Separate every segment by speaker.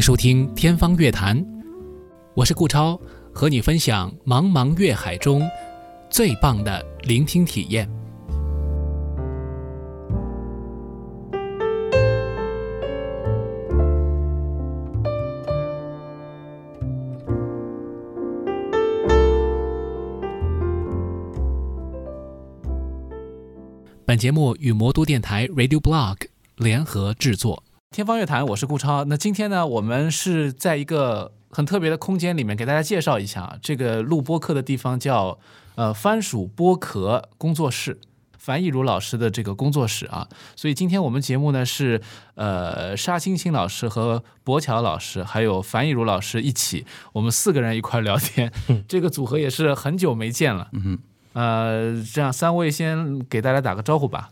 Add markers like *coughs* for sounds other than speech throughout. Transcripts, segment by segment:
Speaker 1: 收听《天方乐坛》，我是顾超，和你分享茫茫乐海中最棒的聆听体验。本节目与魔都电台 Radio Blog 联合制作。
Speaker 2: 天方乐坛，我是顾超。那今天呢，我们是在一个很特别的空间里面给大家介绍一下，这个录播课的地方叫呃番薯剥壳工作室，樊亦儒老师的这个工作室啊。所以今天我们节目呢是呃沙青青老师和博乔老师还有樊亦儒老师一起，我们四个人一块儿聊天，这个组合也是很久没见了。嗯。呃，这样三位先给大家打个招呼吧。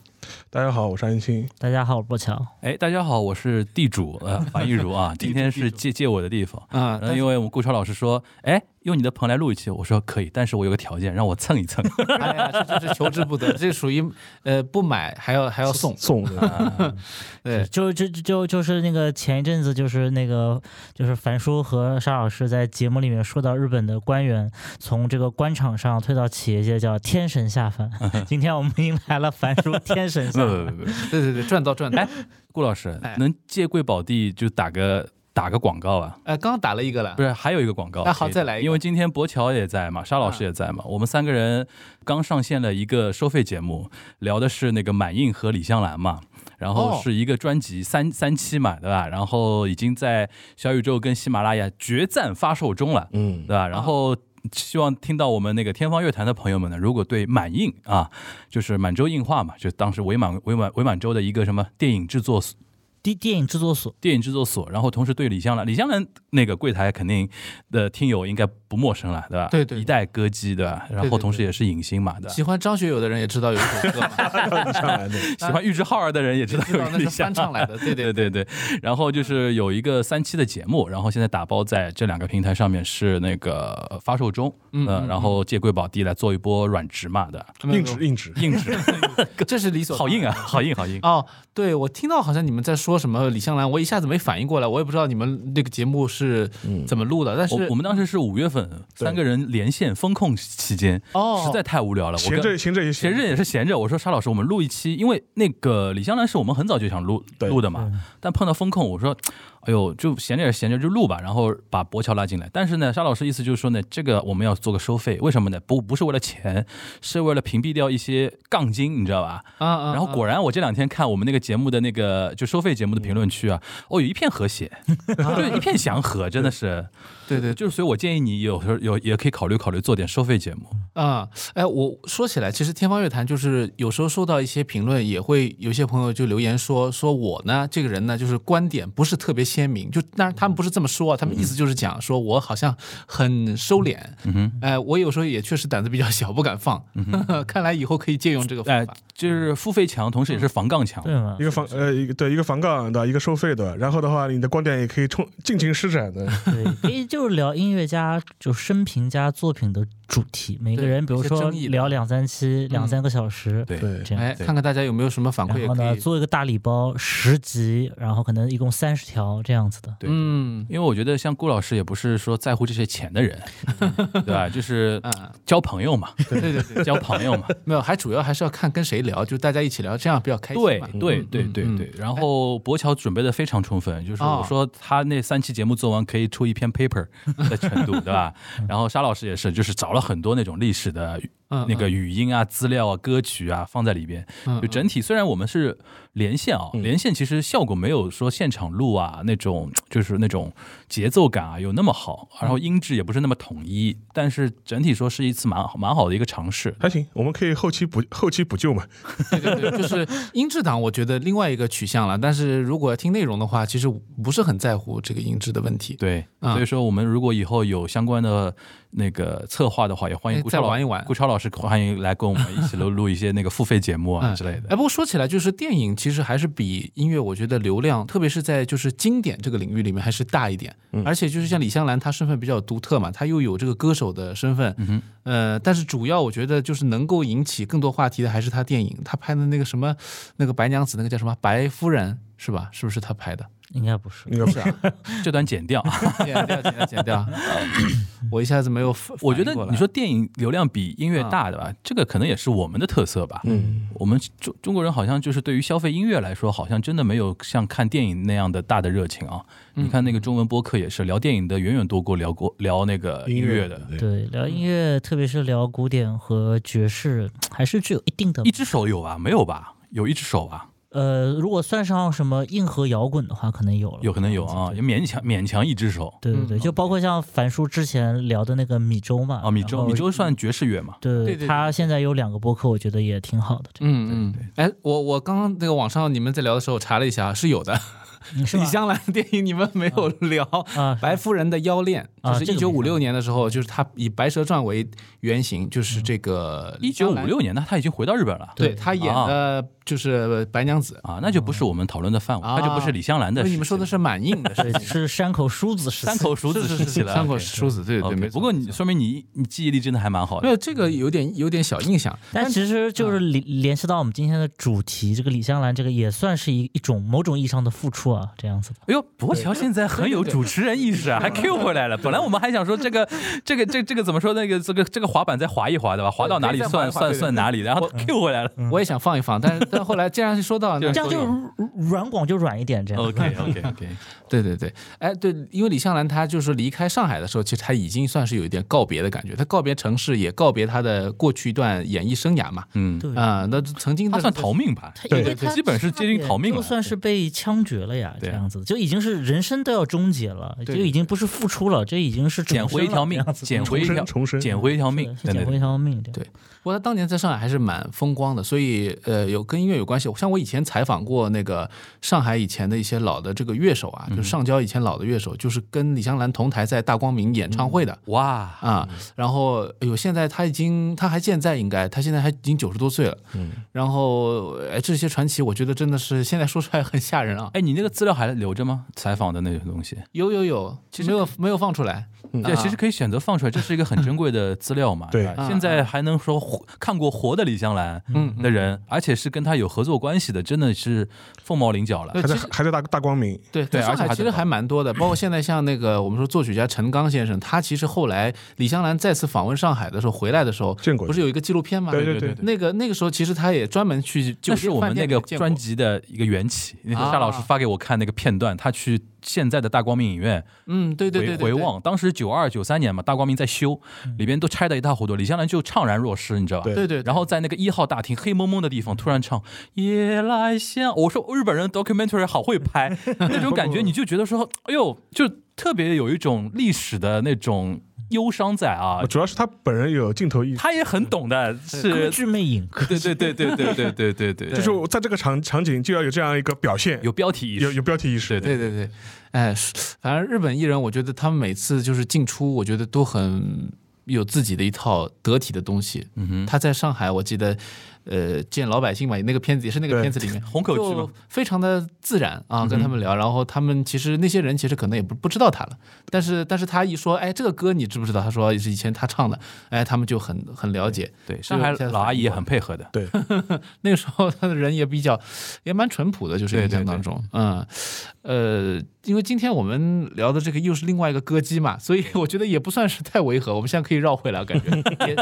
Speaker 3: 大家好，我是安青。
Speaker 4: 大家好，我是波乔。
Speaker 5: 哎，大家好，我是地主呃樊玉茹啊，今天是借借我的地方，
Speaker 2: 啊、
Speaker 5: 呃，因为我们顾超老师说，哎，用你的棚来录一期，我说可以，但是我有个条件，让我蹭一蹭。
Speaker 2: *laughs* 哎呀，这这是求之不得，这属于呃不买还要还要送。
Speaker 3: 宋的，
Speaker 5: *laughs*
Speaker 2: 对，
Speaker 4: 就就就就是那个前一阵子，就是那个就是樊叔和沙老师在节目里面说到日本的官员从这个官场上退到企业界叫天神下凡。
Speaker 2: 嗯
Speaker 4: *laughs* 今天我们迎来了樊叔天神
Speaker 2: *laughs*
Speaker 4: 下
Speaker 5: 不
Speaker 4: 凡。
Speaker 5: 不不不，
Speaker 2: 对对对，赚到赚到。哎
Speaker 5: 顾老师
Speaker 2: 哎
Speaker 5: 能借贵宝地就打个打个广告啊？
Speaker 2: 呃，刚刚打了一个了
Speaker 5: 不，是，还有一个广告。
Speaker 2: 那好再来一个啊
Speaker 5: 因为今天博乔也在嘛，沙老师也在嘛，我们三个人刚上线了一个收费节目，聊的是那个满印和李香兰嘛。然
Speaker 2: 哦
Speaker 5: 后是一个专辑三、三期嘛，对吧？然后已经在小宇宙跟喜马拉雅决战发售中了，
Speaker 3: 嗯
Speaker 5: 对，
Speaker 2: 啊
Speaker 5: 吧？然后希望听到我们那个天方乐坛的朋友们呢，如果对满印啊，就是满洲映画嘛，就当时伪满伪满伪满洲的一个什么电影制作
Speaker 4: 电电影制作所
Speaker 2: 哦
Speaker 5: 电影制作所，然后同时对李香兰，李香兰那个柜台肯定的听友应该不陌生了，对吧？
Speaker 2: 对对对
Speaker 5: 一代歌姬对吧？然
Speaker 2: 对对
Speaker 5: 后同时也是影星嘛，对吧？
Speaker 2: 喜欢张学友的人也知道有一首 *laughs* 歌嘛，
Speaker 3: 上来的。
Speaker 5: 喜欢玉置浩二的人也知道
Speaker 2: 知
Speaker 5: 有
Speaker 2: 道
Speaker 5: 个
Speaker 2: 那
Speaker 5: 李
Speaker 2: 是
Speaker 5: 香
Speaker 2: 翻唱
Speaker 5: *laughs*
Speaker 2: 来的，对对
Speaker 5: 对对对，然后就是有一个三期的节目，然后现在打包在这两个平台上面是那个发售中，
Speaker 2: 嗯
Speaker 5: 呃
Speaker 2: 嗯
Speaker 5: 然后借贵宝地来做一波软植嘛的，
Speaker 2: 没有
Speaker 3: 硬纸硬纸，
Speaker 5: 硬纸，
Speaker 2: 这是理所
Speaker 5: 好硬啊，好硬好硬。
Speaker 2: 哦，对，我听到好像你们在说什么李香兰，我一下子没反应过来，我也不知道你们那个节目是怎么录的， *laughs* 但是
Speaker 5: 我我们当时是五月份
Speaker 3: 对
Speaker 5: 三个人连线风控期间，
Speaker 2: 哦
Speaker 5: 实在太无聊了。我
Speaker 3: 闲着
Speaker 5: 跟
Speaker 3: 闲着也
Speaker 5: 闲
Speaker 3: 闲
Speaker 5: 着也是闲着，我说沙老师，我们录一期，因为那个李香兰是我们很早就想录
Speaker 3: 对
Speaker 5: 录的嘛，但碰到风控，我说，哎呦，就闲着也闲着就录吧，然后把博乔拉进来。但是呢，沙老师意思就是说呢，这个我们要做个收费，为什么呢？不不是为了钱，是为了屏蔽掉一些杠精，你知道吧？
Speaker 2: 啊啊，
Speaker 5: 然后果然，我这两天看我们那个节目的那个就收费节目的评论区啊，哦，有一片和谐，就是一片祥和，真的是。
Speaker 2: 对对
Speaker 5: 就是所以，我建议你有时候有也可以考虑考虑做点收费节目。
Speaker 2: 啊，哎，我说起来，其实天方乐坛就是有时候收到一些评论，也会有些朋友就留言说说我呢这个人呢就是观点不是特别鲜明，就当然他们不是这么说啊，他们意思就是讲说我好像很收敛，嗯哼，嗯哎，我有时候也确实胆子比较小，不敢放， *laughs* 看来以后可以借用这个
Speaker 5: 哎、
Speaker 2: 方法，
Speaker 5: 就是付费强，同时也是防杠强。
Speaker 2: *laughs*
Speaker 4: 对吗
Speaker 3: 一？个防呃一个对一个防杠的，一个收费的，然后的话，你的观点也可以充尽情施展的。
Speaker 4: 对，可以就是聊音乐家就生平加作品的主题，每个
Speaker 2: 对
Speaker 4: 人比
Speaker 2: 一
Speaker 4: 如
Speaker 2: 些
Speaker 4: 说
Speaker 2: 争议的嗯
Speaker 4: 聊两三期、两三个小时，
Speaker 5: 对
Speaker 3: 对，
Speaker 4: 这样。
Speaker 2: 哎，看看大家有没有什么反馈也
Speaker 4: 然后
Speaker 2: 可
Speaker 4: 呢，
Speaker 2: 以，
Speaker 4: 做一个大礼包，十集，然后可能一共三十条这样子的。
Speaker 5: 对
Speaker 2: 嗯
Speaker 5: 因为我觉得像顾老师也不是说在乎这些钱的人， *laughs* 对吧？就是
Speaker 2: 啊，
Speaker 5: 交朋友嘛，
Speaker 2: 对对对，
Speaker 5: 交朋友嘛。
Speaker 2: 没有，还主要还是要看跟谁聊，就大家一起聊，这样比较开心
Speaker 5: 对
Speaker 2: 嘛，
Speaker 5: 对
Speaker 2: 嗯
Speaker 5: 对
Speaker 2: 嗯
Speaker 5: 对
Speaker 2: 嗯
Speaker 5: 对。然后博乔准备的非常充分，就是
Speaker 2: 哦
Speaker 5: 我说他那三期节目做完可以出一篇
Speaker 2: *laughs*
Speaker 5: paper 的程度，对吧？然后沙老师也是，就是找了很多那种历史的
Speaker 2: 嗯
Speaker 5: 那个
Speaker 2: 嗯
Speaker 5: 语音啊、资料啊、歌曲啊放在里边。
Speaker 2: 嗯
Speaker 5: 就整体虽然我们是连线啊，连线其实效果没有说现场录啊那种就是那种节奏感啊有那么好，然后音质也不是那么统一，但是整体说是一次蛮好蛮好的一个尝试。
Speaker 3: 还行，我们可以后期补后期补救嘛。
Speaker 2: 对对对，就是音质档，我觉得另外一个取向了。但是如果听内容的话，其实不是很在乎这个音质的问题。
Speaker 5: 对，
Speaker 2: 嗯
Speaker 5: 所以说我们如果以后有相关的那个策划的话，也欢迎
Speaker 2: 哎
Speaker 5: 顾超
Speaker 2: 再
Speaker 5: 老
Speaker 2: 玩一玩
Speaker 5: 顾超老师欢迎来跟我们一起录录一些那个付费节目啊
Speaker 2: 嗯
Speaker 5: 之类的。
Speaker 2: 哎，不过说起来，就是电影其实还是比音乐，我觉得流量，特别是在就是经典这个领域里面还是大一点。而且就是像李香兰，她身份比较独特嘛，她又有这个歌手的身份。嗯呃，但是主要我觉得就是能够引起更多话题的还是她电影，她拍的那个什么那个白娘子，那个叫什么白夫人是吧？是不是她拍的？
Speaker 4: 应该不是。
Speaker 3: 那个
Speaker 5: *laughs*
Speaker 2: 是啊，
Speaker 5: 这段剪
Speaker 2: *laughs*
Speaker 5: 掉。
Speaker 2: 剪掉，剪掉，剪 *laughs* 掉。 *coughs* 我一下子没有反，
Speaker 5: 我觉得
Speaker 2: 反应过来
Speaker 5: 你说电影流量比音乐大的吧，这个可能也是我们的特色吧。
Speaker 3: 嗯，
Speaker 5: 我们中中国人好像就是对于消费音乐来说，好像真的没有像看电影那样的大的热情啊。
Speaker 2: 嗯
Speaker 5: 你看那个中文播客也是聊电影的远远多过聊过聊那个
Speaker 3: 嗯
Speaker 5: 音乐的。
Speaker 3: 对
Speaker 4: 对，聊音乐，特别是聊古典和爵士，还是具有一定的
Speaker 5: 嗯一只手有吧？没有吧？有一只手吧？
Speaker 4: 呃，如果算上什么硬核摇滚的话，可能有了，
Speaker 5: 有可能有啊，也勉强勉强一只手
Speaker 4: 对对对，
Speaker 2: 嗯
Speaker 4: 就包括像樊叔之前聊的那个米粥嘛，
Speaker 5: 啊。米
Speaker 4: 然
Speaker 5: 粥，
Speaker 4: 后
Speaker 5: 米粥算爵士乐嘛？
Speaker 4: 对
Speaker 2: 对对对
Speaker 4: 他现在有两个播客，我觉得也挺好的，这
Speaker 2: 嗯嗯，哎，我我刚刚那个网上你们在聊的时候查了一下，是有的。
Speaker 5: *laughs*
Speaker 4: 嗯是吧
Speaker 2: 李香兰的电影你们没有聊，
Speaker 4: 啊，
Speaker 2: 白夫人的妖恋》
Speaker 4: 啊
Speaker 2: 就是
Speaker 4: 这
Speaker 2: 一
Speaker 4: 个
Speaker 2: 九
Speaker 4: 没
Speaker 2: 五
Speaker 4: 看
Speaker 2: 六年的时候，就是他以《白蛇传》为原型，就是这个
Speaker 5: 一九五，六年呢，他已经回到日本了。
Speaker 2: 对他演的就是白娘子。
Speaker 5: 啊，那就不是我们讨论的范围，
Speaker 2: 啊
Speaker 5: 那就不是李香兰的
Speaker 2: 那
Speaker 5: 事情。
Speaker 2: 你们说的是满印的事
Speaker 4: 对，
Speaker 2: 情，
Speaker 4: 是山口淑子时期
Speaker 5: 三口熟子时期了，
Speaker 2: 三口
Speaker 5: OK
Speaker 2: 梳子，对对
Speaker 5: OK，
Speaker 2: 对，没错。
Speaker 5: 不过你说明你你记忆力真的还蛮好
Speaker 2: 没
Speaker 5: 的。
Speaker 2: 有这个有点有点小印象，
Speaker 4: 但其实就是
Speaker 5: 嗯
Speaker 4: 联联系到我们今天的主题，这个李香兰这个也算是一一种某种意义上的付出啊，这样子的。
Speaker 5: 哎呦，博乔现在很有主持人意识啊，还 Q 回来了。本来我们还想说这个这个这个这个怎么说那个这个这个滑板再滑一滑对吧？滑到哪里
Speaker 2: 对再滑一
Speaker 5: 算
Speaker 2: 滑
Speaker 5: 算
Speaker 2: 对对
Speaker 5: 算哪里，然后 Q 回来了。
Speaker 2: 我也想放一放，但是但后来既然是说到，那
Speaker 4: 这样就
Speaker 2: 说一下
Speaker 4: 软广就软一点，
Speaker 2: 嗯
Speaker 4: 这样
Speaker 5: OK OK OK，
Speaker 2: 对对对，哎对，因为李香兰她就是离开上海的时候，其实她已经算是有一点告别的感觉，她告别城市，也告别她的过去一段演艺生涯嘛，
Speaker 5: *laughs* 嗯，
Speaker 4: 对，
Speaker 2: 啊、那曾经
Speaker 5: 他
Speaker 2: 的
Speaker 5: 算逃命吧？
Speaker 4: 他
Speaker 3: 对
Speaker 4: 因为他
Speaker 5: 基本是接近逃命了
Speaker 4: 就算是被枪决了呀，这
Speaker 5: 对啊
Speaker 4: 样子就已经是人生都要终结了，就
Speaker 2: 对
Speaker 4: 已经不是付出了，这已经是
Speaker 5: 捡
Speaker 4: 终
Speaker 5: 回一
Speaker 4: 身
Speaker 5: 条
Speaker 4: 了
Speaker 5: 命
Speaker 4: 这样，子
Speaker 5: 捡回一条，
Speaker 3: 重生重生
Speaker 5: 捡回一条命，
Speaker 4: 是捡回一条命，这样
Speaker 2: 对不过他当年在上海还是蛮风光的，所以呃，有跟音乐有关系。像我以前采访过那个上海以前的一些老的这个乐手啊，就上交以前老的乐手，就是跟李香兰同台在大光明演唱会的。
Speaker 5: 哇，
Speaker 2: 啊，然后哎呦，现在他已经，他还健在，应该他现在还已经九十多岁了。嗯，然后哎，这些传奇，我觉得真的是现在说出来很吓人啊。 *laughs*
Speaker 5: 哎，你那个资料还留着吗？采访的那种东西，
Speaker 2: 有有有，其实没有没有放出来。
Speaker 5: 对，其实可以选择放出来，这是一个很珍贵的资料嘛。
Speaker 3: 对
Speaker 5: 吧
Speaker 2: 啊
Speaker 5: 现在还能说活看过活的李香兰
Speaker 2: 嗯
Speaker 5: 的人，而且是跟他有合作关系的，真的是凤毛麟角了。
Speaker 3: 还在
Speaker 2: 其实
Speaker 3: 还在大大光明，
Speaker 2: 对
Speaker 5: 对
Speaker 2: 在上
Speaker 5: 而且
Speaker 2: 海
Speaker 5: 还
Speaker 2: 其
Speaker 5: 得
Speaker 2: 实
Speaker 5: 搞
Speaker 2: 还蛮多的，包括现在像那个我们说作曲家陈刚先生，他其实后来李香兰再次访问上海的时候，回来的时候，
Speaker 3: 见过
Speaker 2: 不是有一个纪录片吗？
Speaker 3: 对对
Speaker 5: 对
Speaker 3: 对
Speaker 2: 那个那个时候其实他也专门去酒
Speaker 5: 那是
Speaker 2: 店
Speaker 5: 我
Speaker 2: 饭
Speaker 5: 们那
Speaker 2: 店里
Speaker 5: 个
Speaker 2: 见过
Speaker 5: 专辑的一个缘起。那个
Speaker 2: 啊
Speaker 5: 夏老师发给我看那个片段，他去现在的大光明影院
Speaker 2: 嗯，对对对
Speaker 5: 回
Speaker 2: 对
Speaker 5: 回
Speaker 2: 对嗯
Speaker 5: 望，当时九二九三年嘛，大光明在修，里边都拆得一塌糊涂，李香兰就怅然若失，你知道吧？
Speaker 3: 对
Speaker 2: 对对，
Speaker 5: 然后在那个一号大厅黑蒙蒙的地方，突然唱《夜来香》，我说日本人 documentary 好会拍那种
Speaker 3: *laughs*
Speaker 5: 感觉，你就觉得说，哎呦，就特别有一种历史的那种忧伤在啊。
Speaker 3: 主要是他本人有镜头艺术，
Speaker 5: 他也很懂的，
Speaker 4: 歌
Speaker 5: 是，
Speaker 4: 剧魅影，
Speaker 5: 对对对对对对对对对，
Speaker 3: 就是我在这个场场景就要有这样一个表现，
Speaker 5: 有标题意
Speaker 3: 有
Speaker 5: 识，
Speaker 3: 有标题意识，
Speaker 5: 对
Speaker 2: 对对对，哎，是反正日本艺人，我觉得他们每次就是进出，我觉得都很有自己的一套得体的东西。
Speaker 5: 嗯哼，
Speaker 2: 他在上海，我记得，呃，见老百姓嘛，那个片子也是那个
Speaker 3: 对
Speaker 2: 片子里
Speaker 5: *laughs*
Speaker 2: 面，
Speaker 5: 虹口区嘛嗯
Speaker 2: 就，非常的自然啊，跟他们聊，然后他们其实那些人其实可能也不不知道他了，但是但是他一说，哎，这个歌你知不知道？他说是以前他唱的，哎，他们就很很了解。
Speaker 5: 对，上海老阿姨也很配合的，
Speaker 2: *laughs* 那个时候他的人也比较也蛮淳朴的，就是
Speaker 5: 对
Speaker 2: 印
Speaker 5: 对
Speaker 2: 象当中，嗯，呃，因为今天我们聊的这个又是另外一个歌姬嘛，所以我觉得也不算是太违和，我们现在可以绕回来，感觉也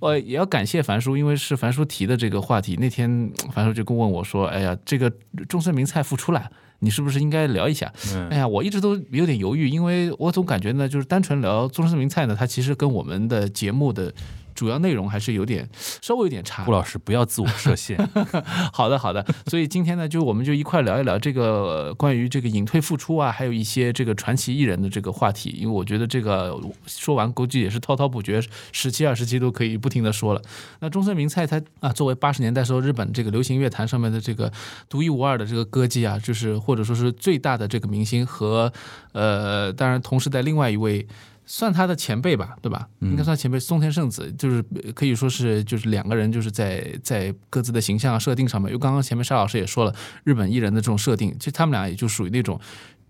Speaker 2: 我也要感谢樊叔，因为是樊叔提的这个话题，那天樊叔就跟问我说，哎呀，这个终身名菜复出了。你是不是应该聊一下？哎
Speaker 5: 嗯，
Speaker 2: 呀，我一直都有点犹豫，因为我总感觉呢，就是单纯聊终身名菜呢，它其实跟我们的节目的主要内容还是有点稍微有点差
Speaker 5: 顾。老师不要自我
Speaker 3: *laughs*
Speaker 5: 设限，
Speaker 2: *laughs* 好的，好的。所以今天呢，就我们就一块聊一聊这个呃关于这个隐退复出啊，还有一些这个传奇艺人的这个话题，因为我觉得这个说完估计也是滔滔不绝，十期二十期都可以不停的说了。那中森明菜他啊，作为八十年代时候日本这个流行乐坛上面的这个独一无二的这个歌姬啊，就是或者说是最大的这个明星和呃，当然同时在另外一位。算他的前辈吧，对吧？应该算前辈。松田圣子就是呃可以说是就是两个人就是在在各自的形象啊设定上面，因为刚刚前面沙老师也说了，日本艺人的这种设定，其实他们俩也就属于那种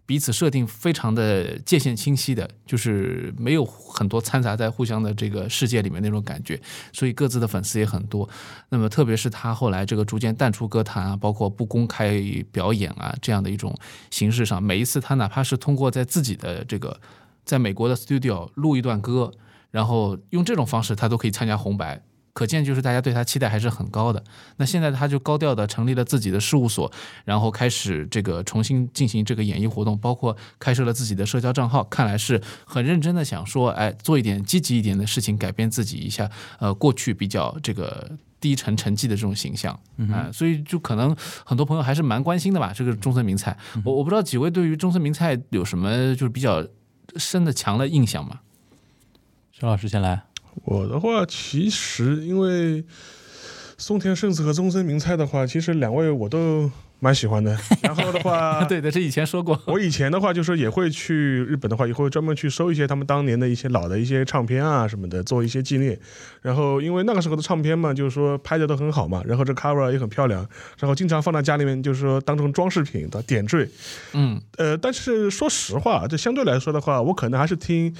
Speaker 2: 彼此设定非常的界限清晰的，就是没有很多掺杂在互相的这个世界里面那种感觉，所以各自的粉丝也很多。那么特别是他后来这个逐渐淡出歌坛啊，包括不公开表演啊这样的一种形式上，每一次他哪怕是通过在自己的这个在美国的 studio 录一段歌，然后用这种方式他都可以参加红白。可见，就是大家对他期待还是很高的。那现在他就高调的成立了自己的事务所，然后开始这个重新进行这个演艺活动，包括开设了自己的社交账号。看来是很认真的想说，哎，做一点积极一点的事情，改变自己一下，呃，过去比较这个低沉沉寂的这种形象啊、所以就可能很多朋友还是蛮关心的吧。这个中森明菜，我我不知道几位对于中森明菜有什么就是比较深的强的印象吗？
Speaker 5: 邵老师先来，
Speaker 3: 我的话，其实因为松田圣子和中森明菜的话，其实两位我都蛮喜欢的。然后的话，
Speaker 2: *laughs* 对对，这以前说过，
Speaker 3: 我以前的话就是也会去日本的话，也会专门去收一些他们当年的一些老的一些唱片啊什么的，做一些纪念。然后因为那个时候的唱片嘛，就是说拍的都很好嘛，然后这 cover 也很漂亮，然后经常放到家里面，就是说当成装饰品的点缀。
Speaker 2: 嗯
Speaker 3: 呃，但是说实话，这相对来说的话，我可能还是听，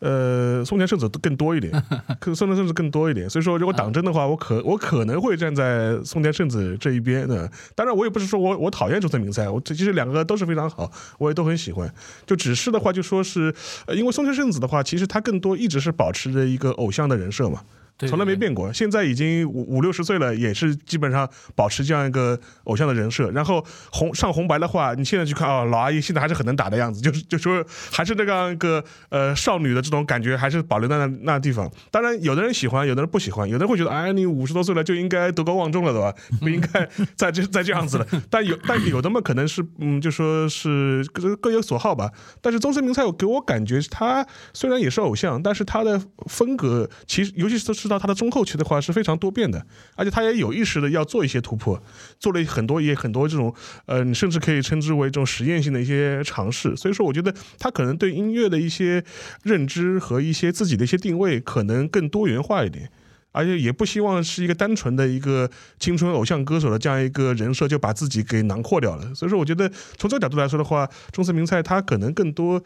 Speaker 3: 呃，松田圣子更多一点，可松田圣子更多一点。所以说，如果党争的话，我可我可能会站在松田圣子这一边的。当然，我也不是说我我讨厌中森明菜，我这其实两个都是非常好，我也都很喜欢。就只是的话，就说是，呃，因为松田圣子的话，其实他更多一直是保持着一个偶像的人设嘛。
Speaker 2: 对
Speaker 3: 从来没
Speaker 2: 对
Speaker 3: 变过。现在已经五五六十岁了，也是基本上保持这样一个偶像的人设。然后红上红白的话，你现在去看啊、老阿姨现在还是很能打的样子，就是就说还是那个一个呃少女的这种感觉，还是保留在那那地方。当然，有的人喜欢，有的人不喜欢，有的人会觉得，哎，你五十多岁了就应该德高望重了，对吧？不应
Speaker 2: *laughs*
Speaker 3: 该再这再这样子了。但有但有的嘛，可能是嗯，就说是各各有所好吧。但是中森明菜有给我感觉，他虽然也是偶像，但是他的风格其实，尤其是到他的中后期的话，是非常多变的，而且他也有意识的要做一些突破，做了很多也很多这种呃，你甚至可以称之为这种实验性的一些尝试。所以说，我觉得他可能对音乐的一些认知和一些自己的一些定位，可能更多元化一点。而且也不希望是一个单纯的一个青春偶像歌手的这样一个人设，就把自己给囊括掉了。所以说，我觉得从这个角度来说的话，中森明菜他可能更多，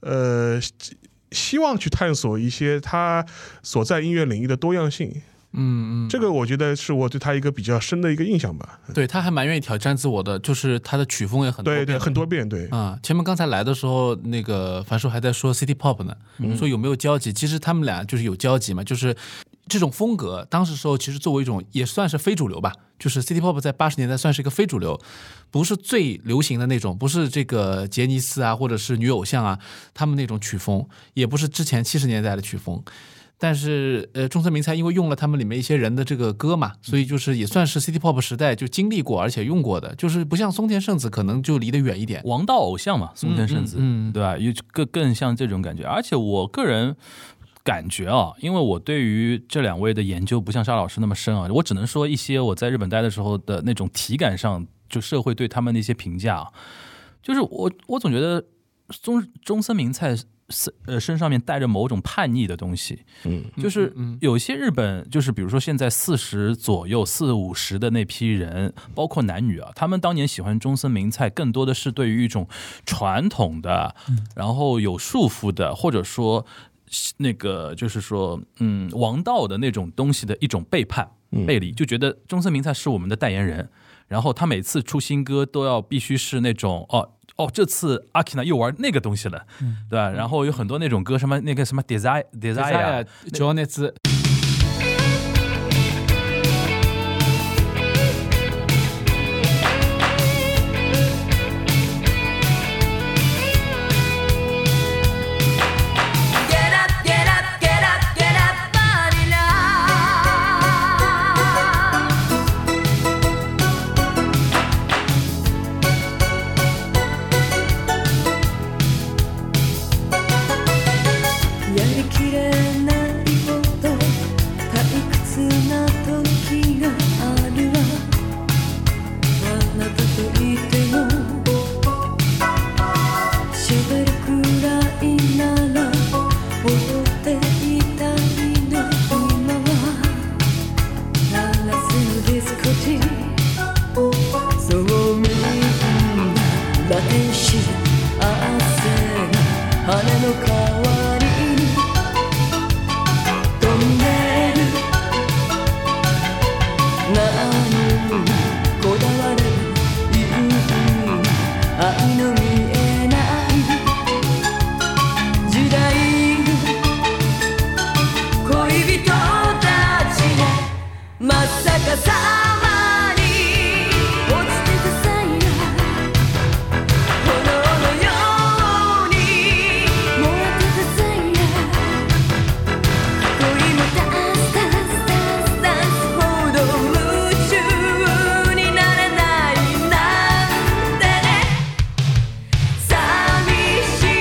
Speaker 3: 呃，希希望去探索一些他所在音乐领域的多样性。
Speaker 2: 嗯嗯，
Speaker 3: 这个我觉得是我对他一个比较深的一个印象吧。
Speaker 2: 对，他还蛮愿意挑战自我的，就是他的曲风也很多
Speaker 3: 对对，
Speaker 2: 变
Speaker 3: 很多遍对。
Speaker 2: 啊、前面刚才来的时候，那个樊叔还在说 City Pop 呢，说有没有交集？其实他们俩就是有交集嘛，就是这种风格，当时时候其实作为一种也算是非主流吧，就是 City Pop 在八十年代算是一个非主流，不是最流行的那种，不是这个杰尼斯啊，或者是女偶像啊，他们那种曲风，也不是之前七十年代的曲风。但是，呃，中森明菜因为用了他们里面一些人的这个歌嘛，所以就是也算是 City Pop 时代就经历过而且用过的，就是不像松田圣子可能就离得远一点。
Speaker 5: 王道偶像嘛，松田圣子，
Speaker 2: 嗯嗯嗯
Speaker 5: 对吧？也更更像这种感觉。而且我个人感觉啊，因为我对于这两位的研究不像沙老师那么深啊，我只能说一些我在日本待的时候的那种体感上，就社会对他们的一些评价、啊，就是我我总觉得中中森明菜身呃身上面带着某种叛逆的东西，
Speaker 3: 嗯，
Speaker 5: 就是有些日本就是比如说现在四十左右四五十的那批人，包括男女啊，他们当年喜欢中森明菜，更多的是对于一种传统的，然后有束缚的，或者说那个就是说嗯王道的那种东西的一种背叛背离，就觉得中森明菜是我们的代言人。然后他每次出新歌都要必须是那种哦。哦，这次阿 k i n a 又玩那个东西了，对吧？然后有很多那种歌，什么那个什么啊 desire desire，
Speaker 2: j o n e s
Speaker 6: やりきれないこと逆さまに落ちてた際の炎のように燃えてた際の恋もダンスダンスダンスダンスほど夢中になれないなんてね寂しい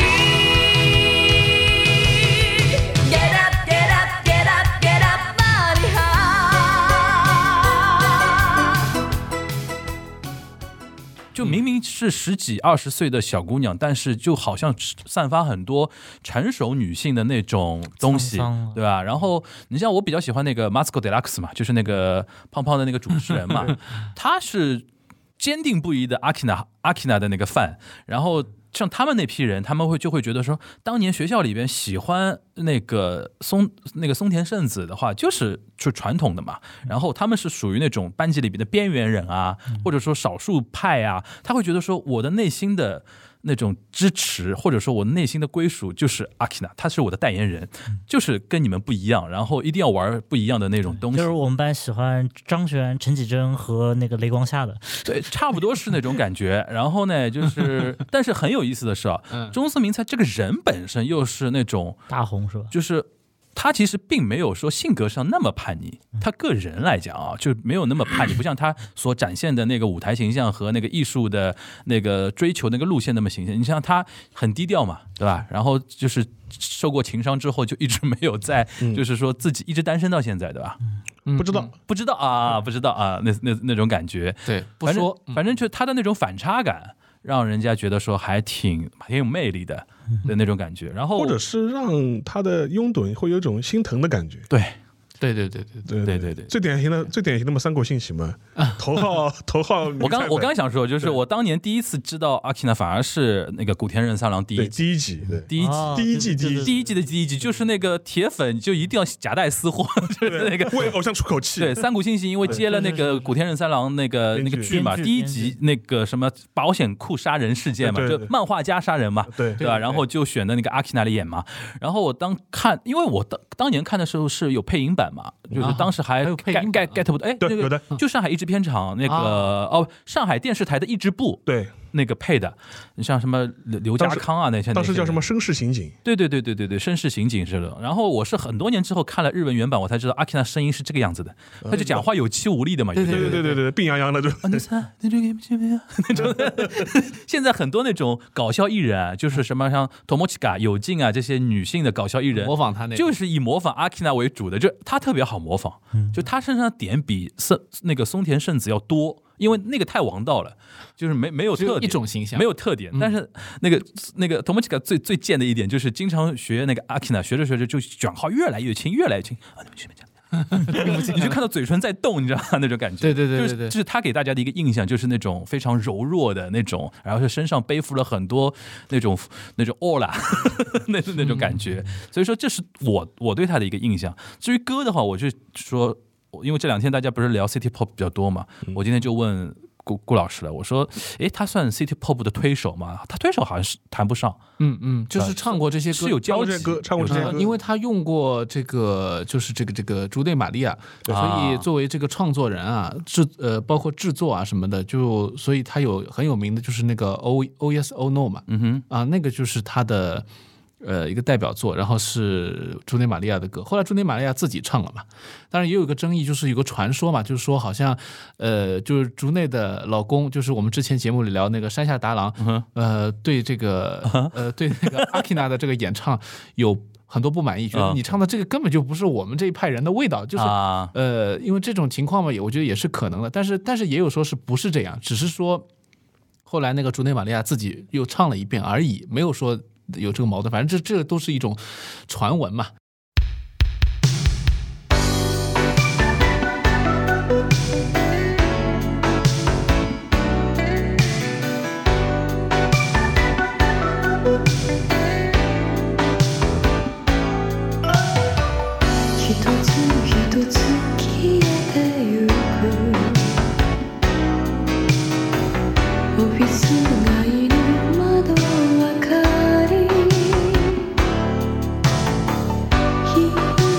Speaker 6: Get up, get up, get up, get up, body high
Speaker 5: 就
Speaker 4: 嗯
Speaker 5: 明明是十几二十岁的小姑娘，但是就好像散发很多成熟女性的那种东西，
Speaker 4: 沧桑啊
Speaker 5: 对吧？然后你像我比较喜欢那个 Masco Deluxe 嘛，就是那个胖胖的那个主持人
Speaker 4: *laughs*
Speaker 5: 嘛，他是坚定不移的阿 k 娜阿 k 娜的那个范，然后。像他们那批人，他们会就会觉得说，当年学校里边喜欢那个松那个松田圣子的话，就是就传统的嘛。然后他们是属于那种班级里边的边缘人啊，或者说少数派啊，他会觉得说，我的内心的那种支持，或者说我内心的归属就是阿 k 娜，他是我的代言人，就是跟你们不一样，然后一定要玩不一样的那种东西。
Speaker 4: 就是我们班喜欢张悬、陈绮贞和那个雷光夏的，
Speaker 5: 对，差不多是那种感觉。然后呢，就是，但是很有意思的是啊，钟思明他这个人本身又是那种，
Speaker 4: 大红是吧？
Speaker 5: 就是他其实并没有说性格上那么叛逆，他个人来讲啊，就没有那么叛逆，不像他所展现的那个舞台形象和那个艺术的那个追求那个路线那么形象。你像他很低调嘛，对吧？然后就是受过情伤之后，就一直没有在，就是说自己一直单身到现在，对吧？
Speaker 3: 不知道，
Speaker 5: 不知道啊，不知道啊，那那那种感觉。
Speaker 2: 对，不
Speaker 5: 反正
Speaker 2: 说，嗯
Speaker 5: 反正就他的那种反差感，让人家觉得说还挺挺有魅力的的那种感觉。然后
Speaker 3: 或者是让他的拥趸会有一种心疼的感觉。
Speaker 5: 对
Speaker 2: 对对对对对，
Speaker 3: 对
Speaker 5: 对对对
Speaker 3: 最典型的最典型的嘛，三国信息嘛，头号头号女
Speaker 5: 我刚
Speaker 3: 菜
Speaker 5: 我
Speaker 3: 粉
Speaker 5: 刚想说，就是我当年第一次知道阿 k 娜，反而是那个古田任三郎第
Speaker 3: 对
Speaker 5: 一
Speaker 3: 第一集，对
Speaker 5: 第一集。
Speaker 4: 哦
Speaker 3: 第一季
Speaker 4: 对对对
Speaker 5: 第一季的第一集就是那个铁粉就一定要夹带私货，就是那个
Speaker 3: 为偶像出口气，
Speaker 5: 对，三谷幸喜因为接了那个古田任三郎那个
Speaker 3: 编
Speaker 5: 那
Speaker 3: 剧
Speaker 5: 个剧嘛，
Speaker 4: 编剧
Speaker 5: 第一集那个什么保险库杀人事件嘛，
Speaker 3: 对对
Speaker 5: 就
Speaker 3: 对
Speaker 5: 漫画家杀人嘛，
Speaker 3: 对
Speaker 5: 对吧？然后就选的那个阿 k 娜里演嘛。然后我当看，因为我当当年看的时候是有配音版嘛，
Speaker 3: 啊
Speaker 5: 就是当时还
Speaker 2: 还有配
Speaker 5: get
Speaker 2: 音
Speaker 5: get
Speaker 2: 版
Speaker 5: get 不到，哎，
Speaker 3: 嗯对
Speaker 5: 那
Speaker 3: 有
Speaker 5: 个
Speaker 3: 的
Speaker 5: 就上海译制片厂那个
Speaker 2: 啊
Speaker 5: 哦，上海电视台的译制部
Speaker 3: 对，
Speaker 5: 那个配的，你像什么刘刘家
Speaker 3: 当时
Speaker 5: 康啊那些，
Speaker 3: 当时
Speaker 5: 那些
Speaker 3: 叫什
Speaker 5: 人
Speaker 3: 么绅士刑警，
Speaker 5: 对对对对对对，绅士刑警是的。然后我是很多年之后看了日文原版，我才知道阿 k 娜声音是这个样子的，他就讲话有气无力的嘛。
Speaker 2: 对
Speaker 5: 有时候
Speaker 3: 嗯对对对对，病殃殃的就
Speaker 5: 啊，你猜，你这个 *laughs* 那种，现在很多那种搞笑艺人啊，就是什么像 Tomochika、有静啊这些女性的搞笑艺人，
Speaker 2: 模仿他那个
Speaker 5: 就是以模仿阿 k 娜为主的，就她特别好模仿，
Speaker 2: 嗯
Speaker 5: 就她身上的点比森那个松田圣子要多，因为那个太王道了，就是没没有
Speaker 2: 只
Speaker 5: 特
Speaker 2: 有一
Speaker 5: 点
Speaker 2: 种嗯形象，
Speaker 5: 没有特点，但是那个那个 Tomochika 最最贱的一点就是经常学那个 Akina，学着学着就转号越来越轻，越来越轻啊！你们随便讲。你就看到嘴唇在动，你知道吗？那 *laughs* 种感觉，
Speaker 2: 对对对对
Speaker 5: 就是
Speaker 2: 对
Speaker 5: 就是他给大家的一个印象，就是那种非常柔弱的那种，然后是身上背负了很多那种那种 aura，那 *laughs* 那种感觉。
Speaker 2: 嗯
Speaker 5: 所以说，这是我我对他的一个印象。至于歌的话，我就说，我因为这两天大家不是聊 City Pop 比较多嘛，
Speaker 2: 嗯
Speaker 5: 我今天就问顾顾老师了，我说，诶，他算 City Pop 的推手吗？他推手好像是谈不上，
Speaker 2: 嗯嗯，就是唱过这些歌
Speaker 5: 是有
Speaker 3: 唱
Speaker 5: 交
Speaker 3: 过
Speaker 5: 集
Speaker 3: 这些歌，唱过这些
Speaker 2: 呃
Speaker 3: 歌，
Speaker 2: 因为他用过这个，就是这个这个朱队玛利亚，所
Speaker 5: 啊
Speaker 2: 以作为这个创作人啊，制呃包括制作啊什么的，就所以他有很有名的就是那个 O O Yes O No 嘛，
Speaker 5: 嗯哼，
Speaker 2: 啊，那个就是他的呃一个代表作，然后是朱内玛利亚的歌。后来朱内玛利亚自己唱了嘛，当然也有一个争议，就是有个传说嘛，就是说好像呃就是竹内的老公，就是我们之前节目里聊那个山下达郎，呃对这个呃对那个阿 k 娜的这个演唱有很多不满意，觉
Speaker 5: 啊
Speaker 2: 得你唱的这个根本就不是我们这一派人的味道，就是
Speaker 5: 啊，
Speaker 2: 呃，因为这种情况嘛，也我觉得也是可能的，但是但是也有说是不是这样，只是说后来那个竹内玛利亚自己又唱了一遍而已，没有说有这个矛盾，反正这这都是一种传闻嘛。
Speaker 6: 「ひとつひとつ消えてゆく」「オフィス街の窓明かり」「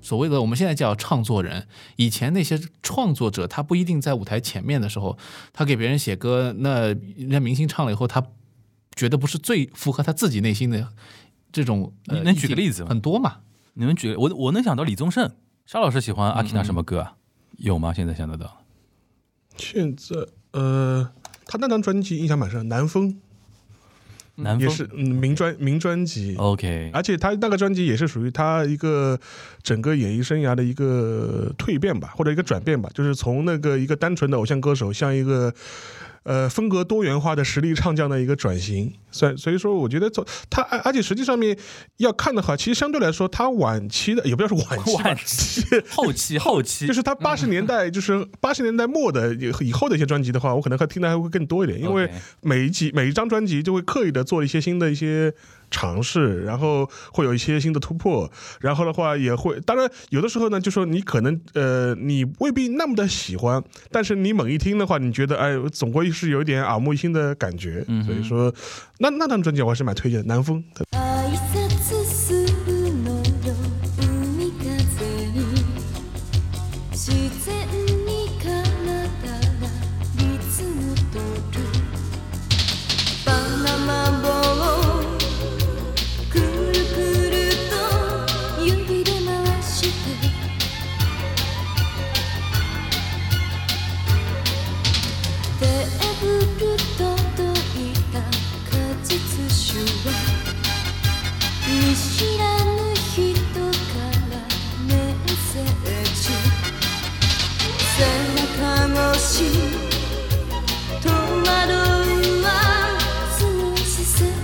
Speaker 2: 所谓的我们现在叫唱作人，以前那些创作者他不一定在舞台前面的时候，他给别人写歌，那人家明星唱了以后，他觉得不是最符合他自己内心的这种。呃
Speaker 5: 你能举个
Speaker 2: 意境
Speaker 5: 例子吗
Speaker 2: 很多嘛，
Speaker 5: 你们举个我我能想到李宗盛，沙老师喜欢阿 k i 什么歌啊？有吗？现在想得到？
Speaker 3: 现在呃，他那张专辑印象蛮深，《南风
Speaker 5: 南》
Speaker 3: 也
Speaker 5: 风
Speaker 3: 是啊嗯名专名专辑。
Speaker 5: OK，
Speaker 3: 而且他那个专辑也是属于他一个整个演艺生涯的一个蜕变吧，或者一个转变吧，就是从那个一个单纯的偶像歌手，向一个呃风格多元化的实力唱将的一个转型。所以所以说，我觉得从他，而而且实际上面要看的话，其实相对来说，他晚期的也不要说晚期吧，
Speaker 5: 晚期后期后期
Speaker 3: *laughs* 就是他八十年代，就是八十年代末的以以后的一些专辑的话，我可能还听的还会更多一点，因为
Speaker 5: OK
Speaker 3: 每一集每一张专辑就会刻意的做一些新的一些尝试，然后会有一些新的突破，然后的话也会，当然有的时候呢，就说你可能呃你未必那么的喜欢，但是你猛一听的话，你觉得哎总归是有一点耳目一新的感觉，所以说那那张专辑我还是蛮推荐的，《南风》特
Speaker 6: 挨拶するのよ海風に自然に体がリズム取るパナマ棒をくるくると指で回してテーブル届いた果実酒は見知らぬ人からメッセージ背中越し戸惑うはその視線に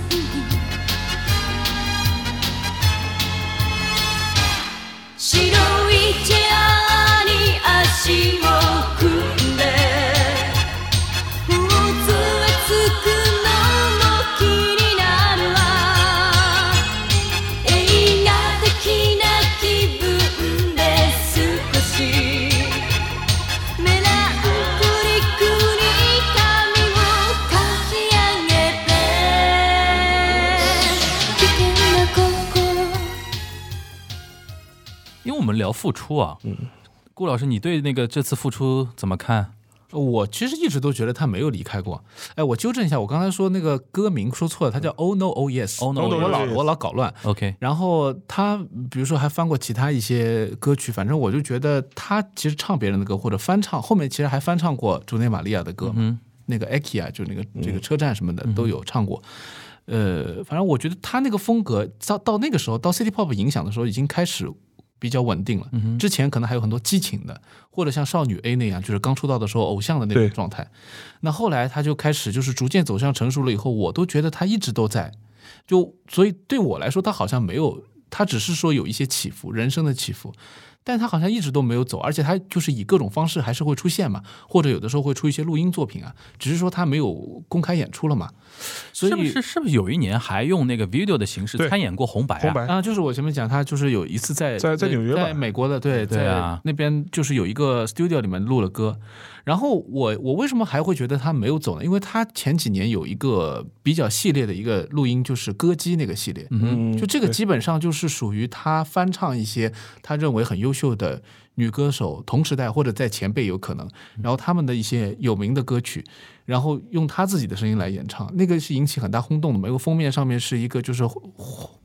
Speaker 6: 白いチェアに足を組んで「もうつえつくのも気になるわ」映画的な気分で少しメランコリックに髪をかき上げて危険な心
Speaker 5: 因为我们聊付出啊，
Speaker 3: 嗯
Speaker 5: 顾老师，你对那个这次付出怎么看？
Speaker 2: 我其实一直都觉得他没有离开过。哎，我纠正一下，我刚才说那个歌名说错了，他叫 Oh No Oh Yes。
Speaker 5: 嗯 Oh No, Oh
Speaker 2: 我老
Speaker 3: Yes
Speaker 2: 我老搞乱。
Speaker 5: OK，
Speaker 2: 然后他比如说还翻过其他一些歌曲，反正我就觉得他其实唱别人的歌或者翻唱，后面其实还翻唱过竹内玛利亚的歌，嗯，那个 Aki 啊，就那个这个车站什么的都有唱过。呃，反正我觉得他那个风格到到那个时候到 City Pop 影响的时候已经开始。比较稳定了，之前可能还有很多激情的，或者像少女 A 那样，就是刚出道的时候偶像的那种
Speaker 3: 对
Speaker 2: 状态。那后来他就开始就是逐渐走向成熟了以后，我都觉得他一直都在，就所以对我来说，他好像没有，他只是说有一些起伏，人生的起伏，但他好像一直都没有走，而且他就是以各种方式还是会出现嘛，或者有的时候会出一些录音作品啊，只是说他没有公开演出了嘛，所以
Speaker 5: 是不是是不是有一年还用那个 video 的形式
Speaker 3: 对
Speaker 5: 参演过红白啊？
Speaker 3: 红白
Speaker 2: 啊，就是我前面讲，他就是有一次在
Speaker 3: 在在纽约吧
Speaker 2: 在美国的，对，
Speaker 5: 对啊
Speaker 2: 在那边就是有一个 studio 里面录了歌。然后我我为什么还会觉得他没有走呢？因为他前几年有一个比较系列的一个录音，就是歌姬那个系列，
Speaker 3: 嗯
Speaker 2: 就这个
Speaker 3: 对
Speaker 2: 基本上就是属于他翻唱一些他认为很优秀的女歌手，同时代或者在前辈有可能，然后他们的一些有名的歌曲，然后用他自己的声音来演唱，那个是引起很大轰动的嘛。因为封面上面是一个就是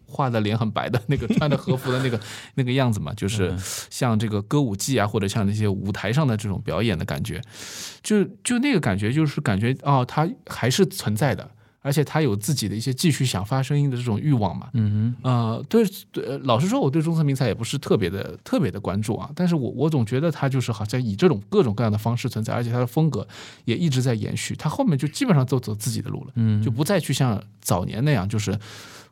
Speaker 2: 画的脸很白的那个穿着和服的那个那个样子嘛，就是像这个歌舞伎啊，或者像那些舞台上的这种表演的感觉，就就那个感觉就是感觉哦，他还是存在的。而且他有自己的一些继续想发声音的这种欲望嘛，
Speaker 5: 嗯
Speaker 2: 呃，对，对呃老实说，我对中森明菜也不是特别的特别的关注啊，但是我我总觉得他就是好像以这种各种各样的方式存在，而且他的风格也一直在延续，他后面就基本上都走自己的路了，嗯，就不再去像早年那样，就是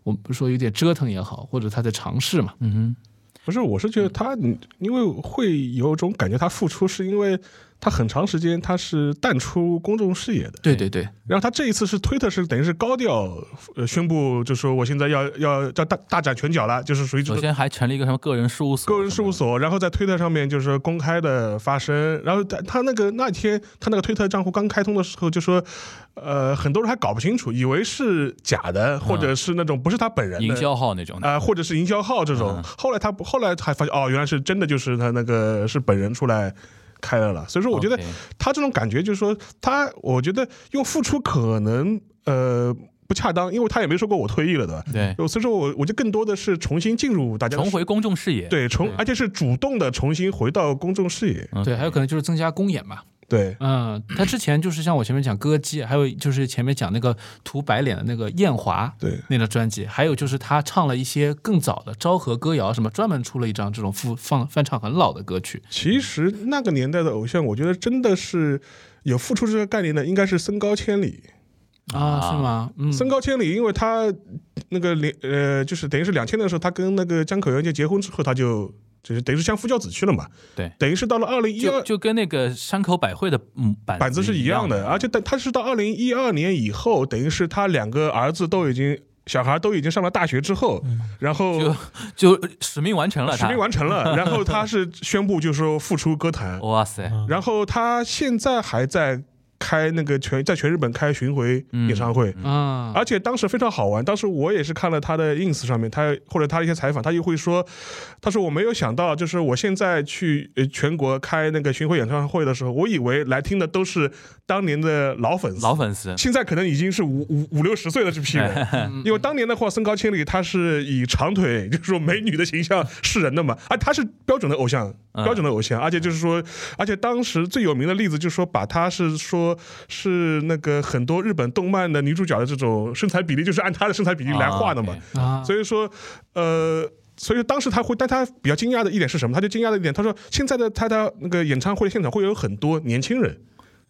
Speaker 2: 我们说有点折腾也好，或者他在尝试嘛，
Speaker 5: 哼，嗯哼，
Speaker 3: 不是，我是觉得他，你因为会有种感觉，他付出是因为他很长时间他是淡出公众视野的。
Speaker 2: 对对对，
Speaker 3: 然后他这一次是推特是等于是高调呃宣布，就说我现在要要要大大展拳脚了，就是属于这
Speaker 5: 首
Speaker 3: 种
Speaker 5: 先还成立一个什么个人事务所什么的，
Speaker 3: 个人事务所，然后在推特上面就是公开的发声，然后他他那个那天他那个推特账户刚开通的时候就说，呃，很多人还搞不清楚，以为是假的，或者是那种不是他本人的
Speaker 5: 营销号那种的，
Speaker 3: 啊、或者是营销号这种。
Speaker 5: 嗯
Speaker 3: 后来他不后来还发现哦，原来是真的，就是他那个是本人出来开了了。所以说，我觉得
Speaker 5: OK
Speaker 3: 他这种感觉就是说，他我觉得用付出可能呃不恰当，因为他也没说过我退役了，对吧？
Speaker 5: 对，
Speaker 3: 所以说我我就更多的是重新进入大家的
Speaker 5: 重回公众视野，
Speaker 3: 对重，而且是主动的重新回到公众视野。
Speaker 5: 嗯
Speaker 2: 对，还有可能就是增加公演吧。
Speaker 3: 对，
Speaker 2: 嗯，他之前就是像我前面讲歌姬，还有就是前面讲那个涂白脸的那个艳华，
Speaker 3: 对
Speaker 2: 那张专辑，还有就是他唱了一些更早的昭和歌谣，什么专门出了一张这种复放翻唱很老的歌曲。
Speaker 3: 其实那个年代的偶像，我觉得真的是有付出这个概念的，应该是森高千里。
Speaker 2: 啊，
Speaker 5: 啊
Speaker 2: 是吗？嗯，
Speaker 3: 森高千里，因为他那个零呃，就是等于是两千的时候，他跟那个江呃口洋介结婚之后，他就就是等于是相夫教子去了嘛。
Speaker 5: 对
Speaker 3: 等于是到了二零一
Speaker 5: 就
Speaker 3: 二。
Speaker 5: 就跟那个山口百惠的嗯板
Speaker 3: 板子是一
Speaker 5: 一
Speaker 3: 样的，而啊且但他是到二零一二年以后，等于是他两个儿子都已经小孩都已经上了大学之后，然后
Speaker 5: 嗯就就使命完成了
Speaker 3: 使
Speaker 5: 他，
Speaker 3: 命完成
Speaker 5: *laughs*
Speaker 3: 了，然后他是宣布就是说复出歌坛，
Speaker 5: 哇塞，
Speaker 3: 然后他现在还在开那个全在全日本开巡回
Speaker 5: 嗯
Speaker 3: 演唱会。
Speaker 2: 啊，
Speaker 3: 而且当时非常好玩，当时我也是看了他的 ins 上面，他或者他一些采访，他就会说，他说我没有想到，就是我现在去呃全国开那个巡回演唱会的时候，我以为来听的都是当年的老粉丝，
Speaker 5: 老
Speaker 3: *laughs*
Speaker 5: 粉丝，
Speaker 3: 现在可能已经是五五五六十岁的这批人，因为当年的话，身高千里他是以长腿，就是说美女的形象示人的嘛，啊，他是标准的偶像，
Speaker 5: 嗯
Speaker 3: 标准的偶像，而且就是说，而且当时最有名的例子就是说，把他是说是那个很多日本动漫的女主角的这种身材比例，就是按她的身材比例来画的嘛，
Speaker 5: 啊
Speaker 2: 啊，
Speaker 3: 所以说，呃。所以说当时他会，但他比较惊讶的一点是什么？他就惊讶的一点，他说现在的他的那个演唱会现场会有很多年轻人，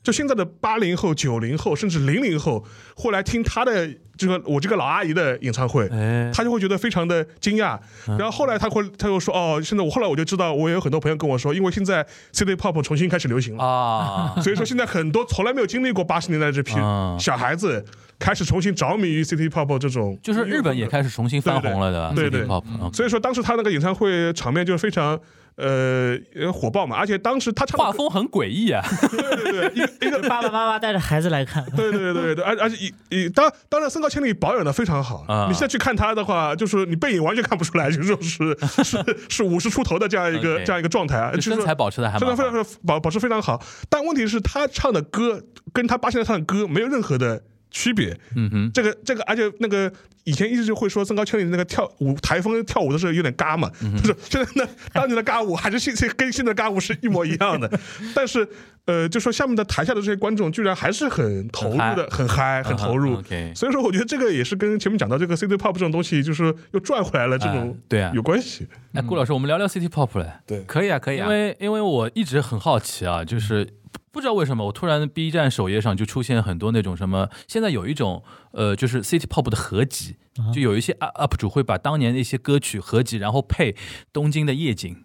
Speaker 3: 就现在的八零后、九零后，甚至零零后，会来听他的这个我这个老阿姨的演唱会，
Speaker 5: 哎嗯
Speaker 3: 他就会觉得非常的惊讶。然后后来他会，他又说哦，现在我后来我就知道，我也有很多朋友跟我说，因为现在 City Pop 重新开始流行了。
Speaker 5: 啊，
Speaker 3: 所以说，现在很多从来没有经历过八十年代的这批
Speaker 5: 啊
Speaker 3: 小孩子，开始重新着迷于 City Pop 这种，
Speaker 5: 就是日本也开始重新翻红了的，
Speaker 3: 对对对
Speaker 5: Pop，嗯
Speaker 3: 所以说当时他那个演唱会场面就是非常呃呃火爆嘛，而且当时他唱的
Speaker 5: 画风很诡异啊，
Speaker 3: 哎
Speaker 5: *laughs*
Speaker 3: 对对对，一一个
Speaker 4: 爸爸妈妈带着孩子来看，
Speaker 3: 对对对对，而而且以以当当然，森高千里保养的非常好
Speaker 5: 啊
Speaker 3: 你现在去看他的话，就是你背影完全看不出来，就是说是是是五十出头的这样一个
Speaker 5: OK
Speaker 3: 这样一个状态，啊就是
Speaker 5: 身
Speaker 3: 说
Speaker 5: 材保持的还
Speaker 3: 身
Speaker 5: 蛮
Speaker 3: 材非
Speaker 5: 好，
Speaker 3: 常保保持非常好。但问题是，他唱的歌跟他八现在唱的歌没有任何的区别。
Speaker 5: 嗯哼，
Speaker 3: 这个这个，而且那个以前一直就会说增高圈里那个跳舞台风跳舞的时候有点嘎嘛，就是现在那当年的嘎舞还是现现跟现在的嘎舞是一模一样的，但是呃，就说下面的台下的这些观众居然还是很投入的，很嗨，很投入。
Speaker 5: ，OK，
Speaker 3: 所以说，我觉得这个也是跟前面讲到这个 City Pop 这种东西，就是又转回来了，这种
Speaker 5: 哎对啊
Speaker 3: 有关系。
Speaker 5: 哎，顾老师，我们聊聊 City Pop 嘞，
Speaker 2: 可以啊，可以
Speaker 5: 因
Speaker 2: 啊，
Speaker 5: 为因为我一直很好奇啊，就是不不知道为什么，我突然 B 站首页上就出现很多那种什么，现在有一种呃，就是 City Pop 的合集，就有一些 up- UP 主会把当年的一些歌曲合集，然后配东京的夜景，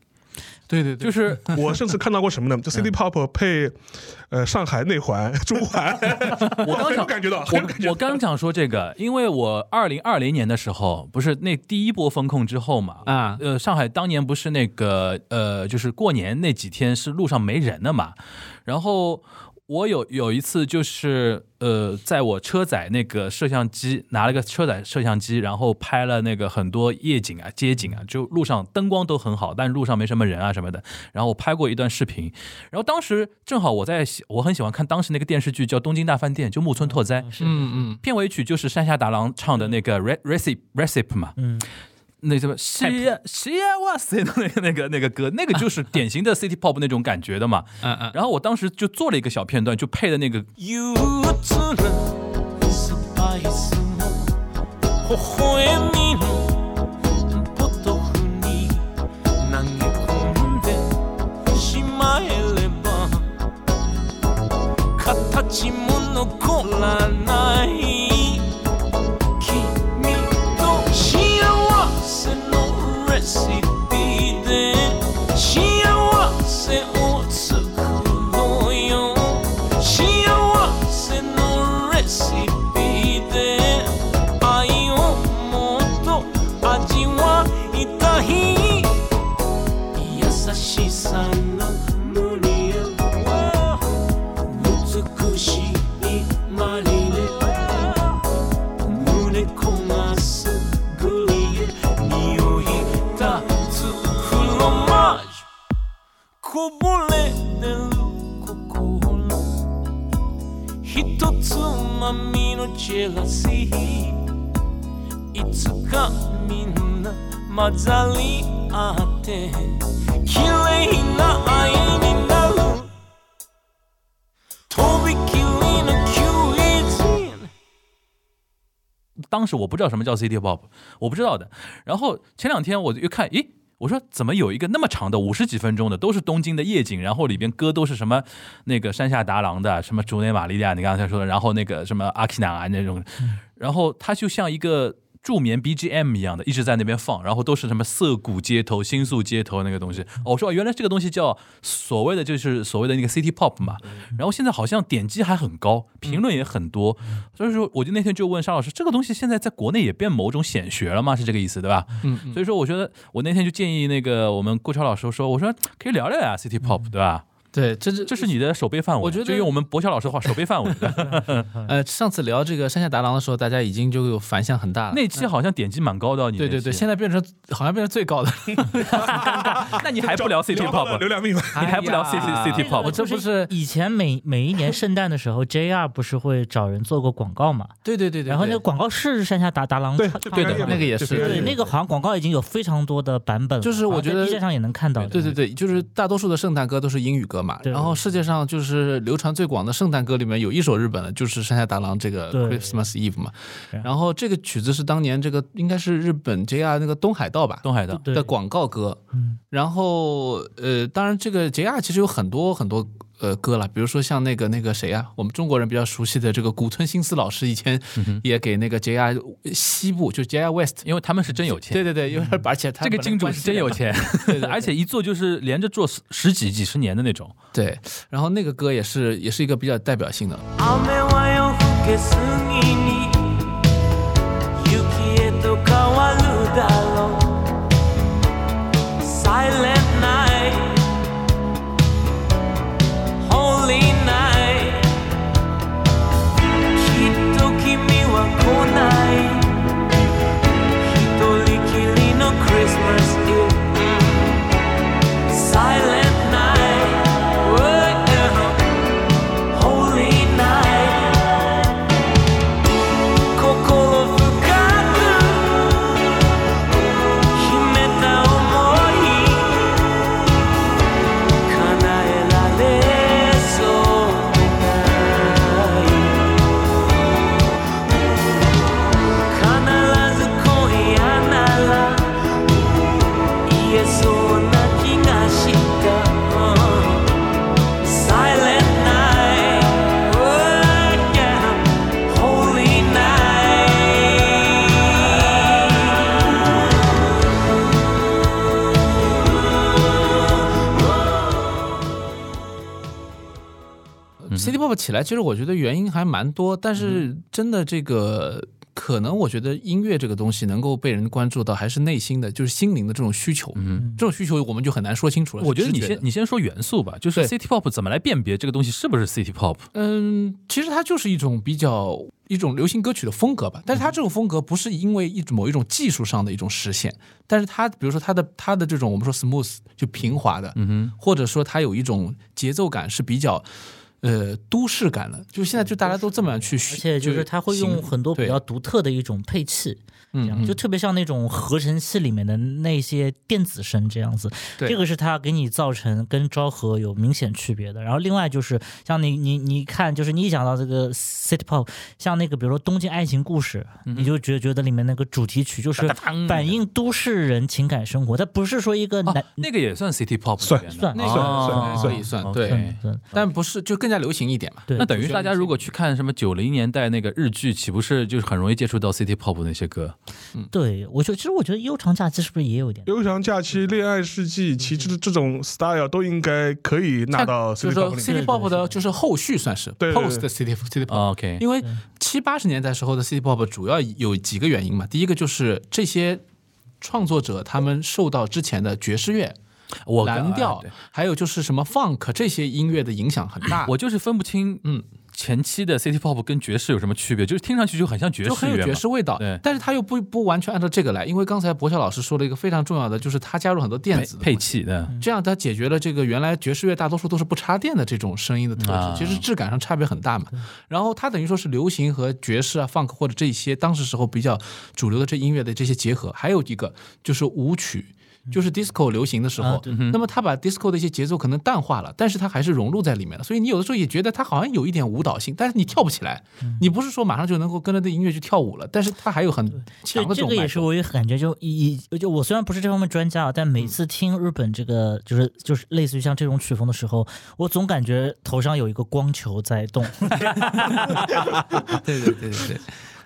Speaker 2: 对对对，
Speaker 5: 就是 *laughs*
Speaker 2: *laughs*
Speaker 3: 我甚至看到过什
Speaker 2: 嗯
Speaker 3: 么呢？就 City Pop 配呃上海内环、中环，
Speaker 5: *laughs* 我刚
Speaker 3: 很有
Speaker 5: 想。
Speaker 3: *laughs* 感觉到，很有感觉
Speaker 5: 我我刚想说这个，因为我二零二零年的时候，不是那第一波风控之后嘛，
Speaker 2: 啊
Speaker 5: 呃，上海当年不是那个呃，就是过年那几天是路上没人的嘛。然后我有有一次就是呃，在我车载那个摄像机拿了个车载摄像机，然后拍了那个很多夜景啊、街景啊，就路上灯光都很好，但路上没什么人啊什么的。然后我拍过一段视频，然后当时正好我在喜我很喜欢看当时那个电视剧叫《东京大饭店》，就木村拓哉。
Speaker 2: 嗯嗯，
Speaker 5: 片尾曲就是山下达郎唱的那个 Re- Recipe Recipe 嘛，
Speaker 4: 嗯，
Speaker 5: 那什么西西哇塞的那个 *laughs* 那个那个歌，那个就是典型的 City Pop 那种感觉的嘛。
Speaker 2: 嗯嗯
Speaker 5: 然后我当时就做了一个小片段，就配的那个
Speaker 7: 憂鬱なスパイスの微笑みのポトフに投げ込んでしまえれば形も残らない君の幸せのレシピで幸せを作ろうよこぼれ出る心ひとつまみのジェラシーいつかみんな混ざり合って綺麗な愛になるとびきりの休日
Speaker 5: 当时我不知道什么叫 City Pop，我不知道的。然后前两天我又看，咦，我说怎么有一个那么长的五十几分钟的，都是东京的夜景，然后里边歌都是什么那个山下达郎的，什么竹内玛利亚，你刚才说的，然后那个什么阿基南啊那种，然后它就像一个。助眠 BGM 一样的，一直在那边放，然后都是什么涩谷街头、新宿街头那个东西。哦，我说哦原来这个东西叫所谓的就是所谓的那个 City Pop 嘛。然后现在好像点击还很高，评论也很多，所以说，我就那天就问沙老师，这个东西现在在国内也变某种显学了吗？是这个意思对吧？
Speaker 2: 嗯，
Speaker 5: 所以说，我觉得我那天就建议那个我们顾超老师说，我说可以聊聊呀，City Pop 对吧？
Speaker 2: 对，这是
Speaker 5: 这是你的守备范围，
Speaker 2: 我觉得
Speaker 5: 就嗯用我们博乔老师的话，守备范围。
Speaker 2: 呃，上次聊这个山下达郎的时候，大家已经就有反响很大了。
Speaker 5: *laughs* 那期好像点击蛮高的，你
Speaker 2: 对对对，现在变成好像变成最高的，
Speaker 5: 在那你还不聊 City
Speaker 3: 聊到了
Speaker 5: Pop？啊
Speaker 3: 流量密码，
Speaker 5: 你还不聊 City
Speaker 2: 哎呀
Speaker 5: City
Speaker 2: 我
Speaker 5: Pop？
Speaker 2: 这不是
Speaker 4: 以前每每一年圣诞的时候，JR 不是会找人做过广告嘛？
Speaker 2: *laughs* 对对对对，
Speaker 4: 然后那个广告是山下达达郎
Speaker 3: *laughs* 对
Speaker 4: 唱
Speaker 3: 就
Speaker 4: 唱
Speaker 3: 平
Speaker 4: 的
Speaker 3: 安夜
Speaker 4: 吗
Speaker 3: 嘛
Speaker 2: 那个也
Speaker 3: 就是平安夜
Speaker 4: 对，那个好像广告已经有非常多的版本了，
Speaker 2: 就是我觉得
Speaker 4: 好像在 B 站上也能看到的。
Speaker 2: 啊对对嗯对，就是大多数的圣诞歌都是英语歌嘛，
Speaker 4: 对
Speaker 2: 然后世界上就是流传最广的圣诞歌里面有一首日本的，就是山下达郎这个
Speaker 4: 对
Speaker 2: Christmas Eve 嘛，
Speaker 4: 对
Speaker 2: 然后这个曲子是当年这个应该是日本 JR 那个东海道吧，
Speaker 5: 东海道
Speaker 4: 对
Speaker 2: 的广告歌
Speaker 4: 嗯。
Speaker 2: 然后呃，当然这个 JR 其实有很多很多。呃，歌了，比如说像那个那个谁啊，我们中国人比较熟悉的这个古村新司老师，以前也给那个 JR 西部，就 JR West，
Speaker 5: 因为他们是真有钱
Speaker 2: 对。对对，因为而且他
Speaker 5: 这
Speaker 2: 本
Speaker 5: 个
Speaker 2: 来
Speaker 5: 金主
Speaker 2: 关
Speaker 5: 是
Speaker 2: 系
Speaker 5: 真
Speaker 2: 也
Speaker 5: 有钱，
Speaker 2: 对对
Speaker 5: *laughs* 而且一做就是连着做十十几几十年的那种。
Speaker 2: 对，然后那个歌也是也是一个比较代表性的，
Speaker 5: 嗯
Speaker 7: 雨は夜更けすぎに雪へと変わるだろう Silent night Holy night きっと君は来ない一人きりのクリスマス Eve Silent night Oh, yeah. Holy night 心深く秘めた想い叶えられそうでない必ず今夜なら言えそうな気がしたうん Silent night, oh yeah, holy night.
Speaker 5: 嗯
Speaker 2: City Pop 起来，其实我觉得原因还蛮多，但是真的这个。可能我觉得音乐这个东西能够被人关注到，还是内心的，就是心灵的这种需求。
Speaker 5: 嗯，
Speaker 2: 这种需求我们就很难说清楚了。
Speaker 5: 我觉得
Speaker 2: 是直
Speaker 5: 你
Speaker 2: 觉
Speaker 5: 先
Speaker 2: 的
Speaker 5: 你先说元素吧，就是
Speaker 2: 对
Speaker 5: City Pop 怎么来辨别这个东西是不是 City Pop？
Speaker 2: 嗯，其实它就是一种比较一种流行歌曲的风格吧，但是它这种风格不是因为一种某一种技术上的一种实现，但是它比如说它的它的这种我们说 smooth 就平滑的，嗯或者说它有一种节奏感是比较呃都市感的，就现在就大家都这么样去，
Speaker 4: 而
Speaker 2: 而
Speaker 4: 且就是它会用很多比较独特的一种配器，这
Speaker 2: 嗯
Speaker 4: 样就特别像那种合成器里面的那些电子声这样子。
Speaker 2: 对
Speaker 4: 这个是它给你造成跟昭和有明显区别的。然后另外就是像你你你看，就是你一讲到这个 city pop，像那个比如说《东京爱情故事》，
Speaker 2: 嗯
Speaker 4: 你就觉觉得里面那个主题曲就是反映都市人情感生活，它不是说一个
Speaker 5: 哦
Speaker 4: 男、，
Speaker 5: 那个也算 City Pop
Speaker 3: 算
Speaker 5: 里边的
Speaker 4: 算
Speaker 2: 那
Speaker 5: 哦
Speaker 2: 个
Speaker 5: 哦
Speaker 2: 算可以算
Speaker 5: 哦
Speaker 2: 对，
Speaker 4: 嗯
Speaker 2: 但不是就更加流行一点嘛。
Speaker 4: 对
Speaker 5: 那等于大家如果去看什么九零年代那个日剧，岂不是就是很容易接触到 City Pop 那些歌？
Speaker 4: 对，我觉得其实我觉得悠长假期是不是也有一点？
Speaker 3: 悠长假期、恋爱世纪，其实这种 style 啊都应该可以纳到
Speaker 2: 嗯就
Speaker 3: City
Speaker 2: 是说
Speaker 3: Pop 里面。
Speaker 2: City Pop 的就是后续算是
Speaker 3: 对对对
Speaker 2: post City City Pop，
Speaker 5: 啊 OK，
Speaker 2: 因为七八十年代时候的 City Pop 主要有几个原因嘛，第一个就是这些创作者他们受到之前的爵士乐、
Speaker 5: 我啊
Speaker 2: 蓝调
Speaker 5: 对，
Speaker 2: 还有就是什么 Funk 这些音乐的影响很大。
Speaker 5: 我就是分不清
Speaker 2: 嗯
Speaker 5: 前期的 City Pop 跟爵士有什么区别？就是听上去就很像爵士
Speaker 2: 就
Speaker 5: 乐嘛，
Speaker 2: 很有爵士味道
Speaker 5: 对，
Speaker 2: 但是他又不不完全按照这个来，因为刚才博晓老师说了一个非常重要的，就是他加入很多电
Speaker 5: 配
Speaker 2: 子的
Speaker 5: 配
Speaker 2: 东西
Speaker 5: 器的。
Speaker 4: 嗯
Speaker 2: 这样它解决了这个原来爵士乐大多数都是不插电的这种声音的特
Speaker 5: 啊
Speaker 2: 质，其实质感上差别很大嘛。
Speaker 4: 嗯
Speaker 2: 然后它等于说是流行和爵士啊、funk 或者这一些当时时候比较主流的这音乐的这些结合。还有一个就是舞曲。就是 disco 流行的时
Speaker 4: 嗯啊
Speaker 2: 候
Speaker 4: 对，
Speaker 2: 那么它把 disco 的一些节奏可能淡化了，但是它还是融入在里面了。所以你有的时候也觉得它好像有一点舞蹈性，但是你跳不起来，
Speaker 4: 嗯
Speaker 2: 你不是说马上就能够跟着这音乐去跳舞了，但是它还有很
Speaker 4: 这
Speaker 2: 强的
Speaker 4: 这
Speaker 2: 种
Speaker 4: 个
Speaker 2: 脉
Speaker 4: 也是
Speaker 2: 动
Speaker 4: 我也感觉就一一就我虽然不是这方面专家啊，但每
Speaker 5: 嗯
Speaker 4: 次听日本这个就是就是类似于像这种曲风的时候，我总感觉头上有一个光球在
Speaker 5: *laughs*
Speaker 4: 动。
Speaker 2: 对 *laughs* 对对对对。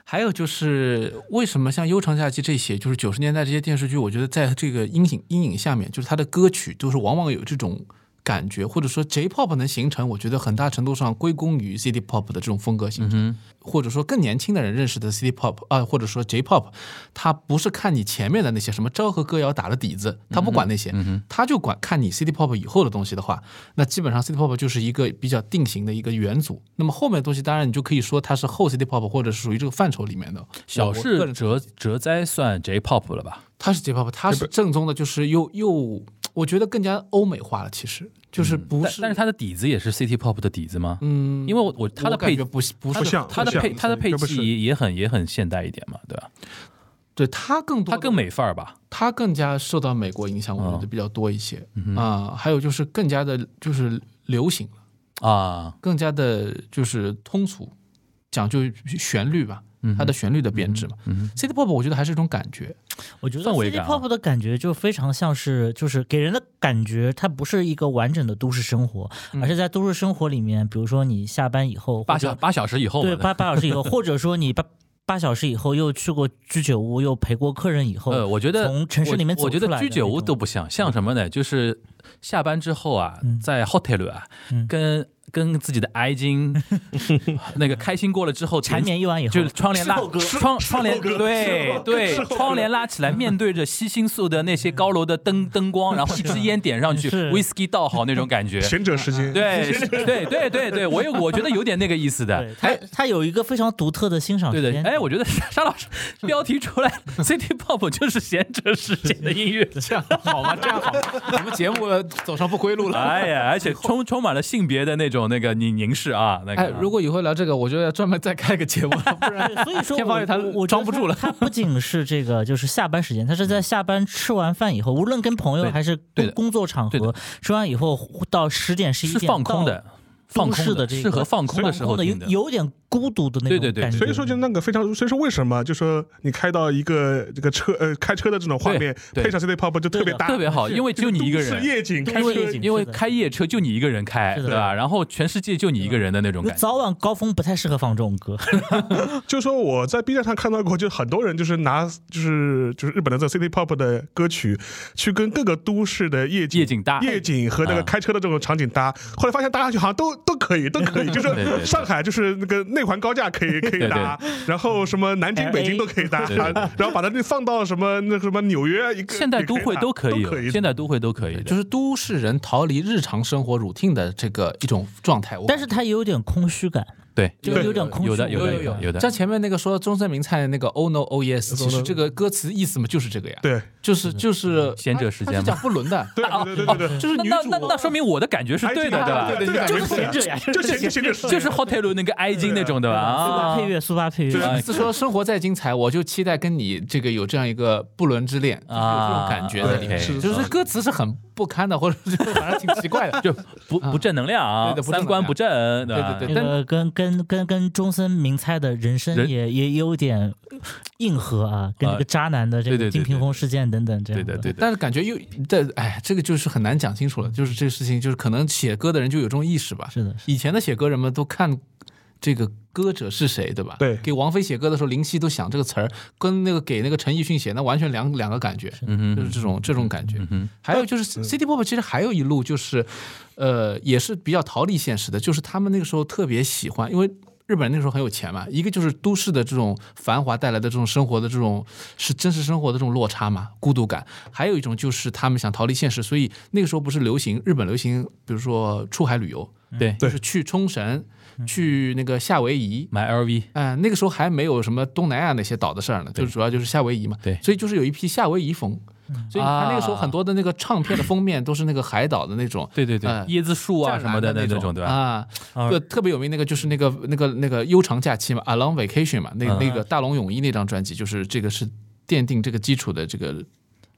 Speaker 2: 还有就是，为什么像《悠长假期》这些，就是九十年代这些电视剧，我觉得在这个阴影阴影下面，就是它的歌曲都是往往有这种感觉，或者说 J-pop 能形成，我觉得很大程度上归功于 City Pop 的这种风格形成，或者说更年轻的人认识的 City Pop 啊、或者说 J-pop，他不是看你前面的那些什么昭和歌谣打了底子，他不管那
Speaker 5: 嗯
Speaker 2: 些，他就管看你 City Pop 以后的东西的话，那基本上 City Pop 就是一个比较定型的一个元祖。那么后面的东西，当然你就可以说它是后 City Pop 或者是属于这个范畴里面的。
Speaker 5: 小
Speaker 2: 我我个
Speaker 5: 室
Speaker 2: 人
Speaker 5: 哲哲哉算 J Pop 了吧？
Speaker 2: 它是 J-pop，它是正宗的，就是又又我觉得更加欧美化了，其实就是不
Speaker 5: 但
Speaker 2: 是，
Speaker 5: 嗯但是它的底子也是 City Pop 的底子吗？
Speaker 2: 嗯，
Speaker 5: 因为我我它的
Speaker 2: 我感
Speaker 5: 配
Speaker 2: 觉不不是
Speaker 3: 不
Speaker 5: 它的
Speaker 3: 像
Speaker 5: 它
Speaker 3: 不
Speaker 5: 的
Speaker 3: 像
Speaker 5: 配它的配
Speaker 3: 这不是
Speaker 5: 器也很也很现代一点嘛，对吧？
Speaker 2: 对它更多
Speaker 5: 它
Speaker 2: 的
Speaker 5: 更美范儿吧？
Speaker 2: 它更加受到美国影响，我觉得比较多一些啊、还有就是更加的就是流行了，
Speaker 5: 啊，
Speaker 2: 更加的就是通俗，讲究旋律吧，它的旋律的编制嘛。City Pop 我觉得还是一种感觉，
Speaker 4: 我觉得
Speaker 5: 氛围
Speaker 4: City
Speaker 5: 感啊
Speaker 4: Pop 的感觉就非常像是，就是给人的感觉，它不是一个完整的都市生活，而是在都市生活里面，比如说你下班以后，
Speaker 5: 嗯八
Speaker 4: 或者
Speaker 5: 小八小时以后嘛
Speaker 4: 对八八小时
Speaker 5: *laughs*
Speaker 4: 以后，或者说你八八小时以后又去过居酒屋，又陪过客人以后，
Speaker 5: 呃，我觉
Speaker 4: 哦
Speaker 5: 得
Speaker 4: 从城市里面
Speaker 5: 我，
Speaker 4: 走
Speaker 5: 我觉
Speaker 4: 出
Speaker 5: 得
Speaker 4: 来
Speaker 5: 居
Speaker 4: 的
Speaker 5: 酒
Speaker 4: 那
Speaker 5: 屋
Speaker 4: 种嗯
Speaker 5: 都不像，像什么呢？就是下班之后啊，在 hotel 啊，
Speaker 4: 嗯
Speaker 5: 跟跟自己的
Speaker 4: *laughs*
Speaker 5: 爱金那个开心过了之后，
Speaker 4: 缠绵一晚以后，
Speaker 5: 就是窗帘拉
Speaker 3: 后歌
Speaker 5: 窗窗帘
Speaker 3: 事后歌事后
Speaker 5: 对
Speaker 3: 歌
Speaker 5: 对
Speaker 3: 事后歌
Speaker 5: 窗帘拉起来，面对着稀新素的那些高楼的灯灯光，然后一支烟点上去
Speaker 4: 嗯是
Speaker 5: ，whisky 倒好那种感觉。
Speaker 3: 贤者时间，
Speaker 5: 对对对对对，我有我觉得有点那个意思的
Speaker 4: 对。它它有一个非常独特的欣赏
Speaker 5: 对
Speaker 4: 啊时
Speaker 5: 的
Speaker 4: 间，，
Speaker 5: 哎，我觉得沙沙老师标题出来，City Pop 就是贤者时间的音乐
Speaker 2: 这样好吗？这样好吗，我们节目走上不归路了。
Speaker 5: *laughs* 哎呀，而且充充满了性别的那种那个凝凝视啊，那个。
Speaker 2: 哎，如果以后聊这个，我就要专门再开个节目了，不然
Speaker 4: 对 *laughs* 所以说
Speaker 2: 天
Speaker 4: 我
Speaker 2: 方夜谭
Speaker 4: 我我觉
Speaker 2: 装
Speaker 4: 得
Speaker 2: 不
Speaker 4: 它
Speaker 2: 住了
Speaker 4: 它不仅是这个，就是下班时间，它是在下班吃完饭以后，无论跟朋友
Speaker 5: 嗯对
Speaker 4: 还是工
Speaker 5: 对的
Speaker 4: 工作场
Speaker 5: 对的
Speaker 4: 合，吃完以后到十点十一
Speaker 5: 是
Speaker 4: 点
Speaker 5: 放空的，放
Speaker 4: 都
Speaker 5: 空
Speaker 4: 市的这个
Speaker 5: 适合放空的时
Speaker 4: 放
Speaker 5: 候
Speaker 4: 空的有
Speaker 5: 听的。
Speaker 4: 有点孤独的那
Speaker 5: 对
Speaker 4: 种
Speaker 5: 对对
Speaker 4: 感觉
Speaker 3: 所以说，就那个非常，所以说为什么就说你开到一个这个车呃开车的这种画面，
Speaker 5: 对对
Speaker 3: 配上 City Pop 就特别搭，
Speaker 5: 特别好，因为
Speaker 3: 这
Speaker 5: 就你一个
Speaker 3: 都市
Speaker 5: 人，
Speaker 3: 夜景
Speaker 4: 都
Speaker 3: 开车
Speaker 4: 市夜景
Speaker 5: 因为
Speaker 4: 是的
Speaker 5: 开夜车就你一个人开，
Speaker 4: 是的
Speaker 5: 对吧？然后全世界就你一个人的那种
Speaker 4: 因为
Speaker 5: 感觉。
Speaker 4: 早晚高峰不太适合放这种歌， *laughs*
Speaker 3: 就说我在 B 站上看到过，就很多人就是拿就是就是日本的这 City Pop 的歌曲，去跟各个都市的夜景
Speaker 5: 夜景搭
Speaker 3: 夜景和那个
Speaker 5: 啊
Speaker 3: 开车的这种场景搭。后来发现搭上去好像都都可以，都可以，就
Speaker 5: 对对对
Speaker 3: 是上海就是那个内环高架可以可以搭，然后什么南京
Speaker 4: LA
Speaker 3: 北京都可以搭，
Speaker 5: 对对对
Speaker 3: 然后把它那放到什么那什么纽约一个
Speaker 5: 现代都会
Speaker 3: 都
Speaker 5: 都可以
Speaker 3: 都可
Speaker 5: 有，
Speaker 3: 以
Speaker 5: 现代都会都可以
Speaker 2: *laughs* 就
Speaker 5: 的。
Speaker 2: 是都市人逃离日常生活 routine 的这个一种状态。我
Speaker 4: 但是它也有点空虚感，
Speaker 5: 对，
Speaker 4: 就有点空虚。
Speaker 5: 有的有
Speaker 2: 有
Speaker 5: 的
Speaker 2: 有
Speaker 5: 有的
Speaker 2: 像前面那个说中森明菜那个 Oh No Oh Yes，其实这个歌词意思嘛就是这个呀，，
Speaker 3: 对
Speaker 2: 就是就是
Speaker 5: 贤者时间
Speaker 2: 它是
Speaker 5: 嘛
Speaker 2: 讲不伦 *laughs* 的，
Speaker 3: 对对对对对。
Speaker 2: 就是
Speaker 5: 那
Speaker 2: 女
Speaker 5: 那
Speaker 2: 主
Speaker 5: 那那说明我的感觉是
Speaker 3: 哎
Speaker 5: 对
Speaker 3: 这
Speaker 5: 的，
Speaker 3: 个
Speaker 5: 吧？
Speaker 3: 对对，
Speaker 5: 就是
Speaker 3: 对
Speaker 4: 这样
Speaker 3: 就是闲着闲着，
Speaker 5: 就是 hotel 那个 I G 那种的吧？
Speaker 4: 苏
Speaker 5: 啊
Speaker 4: 八配乐，苏八配
Speaker 5: 对
Speaker 4: 乐，
Speaker 2: 每次说生活再精彩，我就期待跟你这个有这样一个不伦之恋，就是有这种感觉在里面，
Speaker 5: 啊，OK
Speaker 2: 啊就是歌词是很不堪的，或者是 *laughs* 反正挺奇怪的。
Speaker 5: 就不不正能量啊
Speaker 2: 对，的不正能量
Speaker 5: 三观不正，对吧？
Speaker 2: 对对对
Speaker 4: 那个跟跟跟跟中森明菜的人生
Speaker 5: 人
Speaker 4: 也也有点硬核啊，跟
Speaker 5: 啊
Speaker 4: 这个渣男的这
Speaker 5: 对对对
Speaker 4: 个金
Speaker 5: 对
Speaker 4: 屏
Speaker 5: 对
Speaker 4: 风事件等等这样
Speaker 5: 对的对的。
Speaker 2: *laughs* 但是感觉又但哎，这个就是很难讲清楚了。就是这个事情，就是可能写歌的人就有这种意识吧。
Speaker 4: 是的
Speaker 2: 以前的写歌人们都看这个歌者是谁，对吧？
Speaker 3: 对
Speaker 2: 给王菲写歌的时候，林夕都想这个词儿，跟那个给那个陈奕迅写，那完全两两个感觉。
Speaker 5: 嗯
Speaker 2: 就是
Speaker 5: 哼，嗯
Speaker 2: 这种这种感觉
Speaker 5: 哼，
Speaker 2: 还有就是 City Pop 其实还有一路就是，呃，也是比较逃离现实的，就是他们那个时候特别喜欢，因为日本人那时候很有钱嘛，一个就是都市的这种繁华带来的这种生活的这种是真实生活的这种落差嘛，孤独感，还有一种就是他们想逃离现实，所以那个时候不是流行日本流行，比如说出海旅游，
Speaker 5: 对，
Speaker 2: 就是去冲绳、
Speaker 5: 嗯
Speaker 2: 去那个夏威夷，
Speaker 5: 买 LV，
Speaker 2: 嗯，那个时候还没有什么东南亚那些岛的事儿呢，就主要就是夏威夷嘛。
Speaker 5: 对啊
Speaker 2: 所以就是有一批夏威夷风，所以他那个时候很多的那个唱片的封面都是那个海岛的那种。
Speaker 5: 对对对，
Speaker 2: 嗯
Speaker 5: 椰子树啊
Speaker 2: 湛
Speaker 5: 什
Speaker 2: 蓝
Speaker 5: 么
Speaker 2: 的
Speaker 5: 的那
Speaker 2: 种
Speaker 5: 种，对吧？
Speaker 2: 啊，
Speaker 5: 啊
Speaker 2: 对，特别有名那个就是那个那个那个悠长假期嘛，A Long Vacation 嘛，那
Speaker 5: 嗯
Speaker 2: 那个大龙泳衣那张专辑，就是这个是奠定这个基础的这个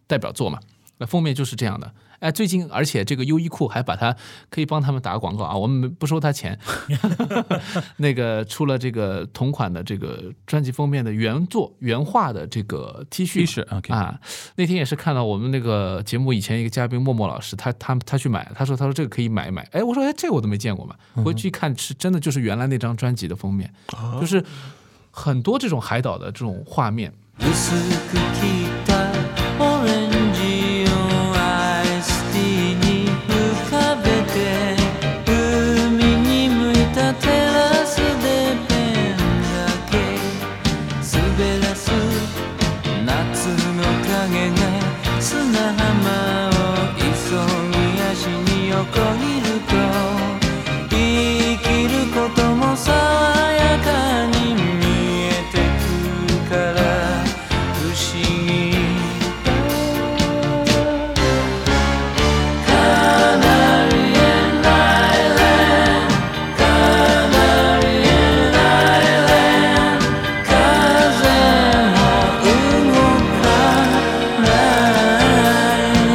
Speaker 2: 代表作嘛。那封面就是这样的。哎，最近而且这个优衣库还把它可以帮他们打广告啊，我们不收他
Speaker 5: *laughs*
Speaker 2: 钱。 *laughs* 那个出了这个同款的这个专辑封面的原作原画的这个 T 恤
Speaker 5: T
Speaker 2: 嘛
Speaker 5: 恤，OK，
Speaker 2: 啊，那天也是看到我们那个节目以前一个嘉宾默默老师，他他他去买，他说他说这个可以买一买，哎，我说哎这个我都没见过嘛，
Speaker 5: 嗯
Speaker 2: 回去一看是真的就是原来那张专辑的封面，
Speaker 5: 哦
Speaker 2: 就是很多这种海岛的这种画面，
Speaker 7: 薄く切ったオレンジをアイスティーに浮かべて海に向いたテラスでペンだけ滑らす夏の影が砂浜を急ぎ足に横切ると生きることも爽やかに見えてくから不思議カナリアンアイランドカナリアンアイランド風も動かな
Speaker 2: 啊
Speaker 7: い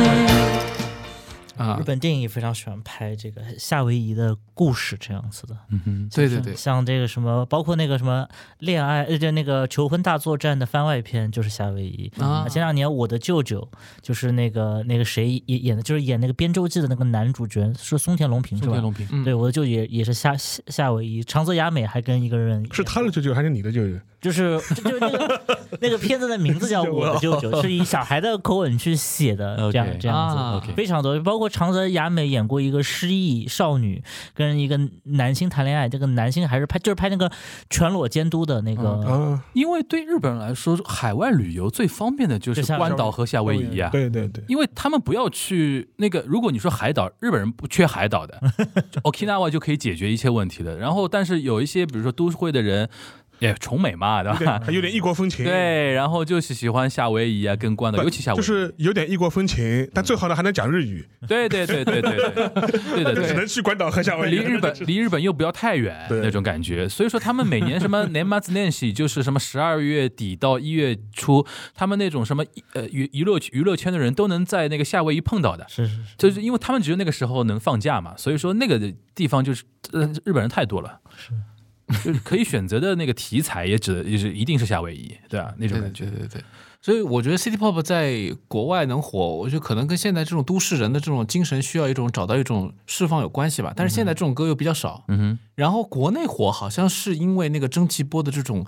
Speaker 4: 日，本电影也非常喜欢拍这个夏威夷的故事这样子的，
Speaker 5: 嗯哼，
Speaker 2: 对对对
Speaker 4: 像这个什么，包括那个什么恋爱，呃，就那个求婚大作战的番外篇就是夏威夷。
Speaker 2: 啊
Speaker 4: 前两年我的舅舅就是那个那个谁也演的，就是演那个《边州记》的那个男主角是松田龙平是
Speaker 5: 中
Speaker 4: 吧？
Speaker 5: 天龙平，
Speaker 2: 嗯
Speaker 4: 对，我的舅舅也也是夏夏夏威夷，长泽雅美还跟一个人演
Speaker 3: 是他的舅舅还是你的舅舅？
Speaker 4: 就是就就是那个那个片子的名字叫《我的舅舅》，是以小孩的口吻去写的，这样
Speaker 5: OK
Speaker 4: 这样子。
Speaker 2: 啊，OK
Speaker 4: 非常多，包括长泽雅美演过一个失忆少女跟一个男星谈恋爱，这个男星还是拍就是拍那个全裸监督的那
Speaker 5: 嗯
Speaker 4: 个，
Speaker 3: 啊，
Speaker 5: 因为对日本人来说，海外旅游最方便的就
Speaker 4: 就是夏威夷
Speaker 5: 关岛和夏威夷啊。
Speaker 3: 对对对，
Speaker 5: 因为他们不要去那个，如果你说海岛，日本人不缺海岛的就，Okinawa 就可以解决一切问题的。然后，但是有一些，比如说都会的人，也崇美嘛，
Speaker 3: *laughs*
Speaker 5: 对吧？
Speaker 3: 还有点异国风情。。
Speaker 5: 对，然后就是喜欢夏威夷啊，跟关岛，尤其夏威
Speaker 3: 就
Speaker 5: 夷，
Speaker 3: 是有点异国风情，但最好呢还能讲日语，
Speaker 5: 对对对对对对对的
Speaker 3: *laughs* 那就只
Speaker 5: 对
Speaker 3: 能。去关岛和夏威夷。
Speaker 5: 离
Speaker 3: *laughs*
Speaker 5: 日本离日本又不要太远
Speaker 3: 对
Speaker 5: 那种感觉，所以说他们每年什么年末年始就是什么十二月底到一月初，他们那种什么呃娱娱乐娱乐圈的人都能在那个夏威夷碰到的，
Speaker 4: 是是是，
Speaker 5: 就是因为他们只有那个时候能放假嘛，所以说那个地方就是呃日本人太多了，是就是可以选择的那个题材也只也是一定是夏威夷，对啊，那种
Speaker 2: 对对
Speaker 5: 感觉，
Speaker 2: 对对对。所以我觉得 City Pop 在国外能火，我觉得可能跟现在这种都市人的这种精神需要一种找到一种释放有关系吧。但是现在这种歌又比较少，
Speaker 5: 嗯哼。
Speaker 2: 然后国内火好像是因为那个蒸汽波的这种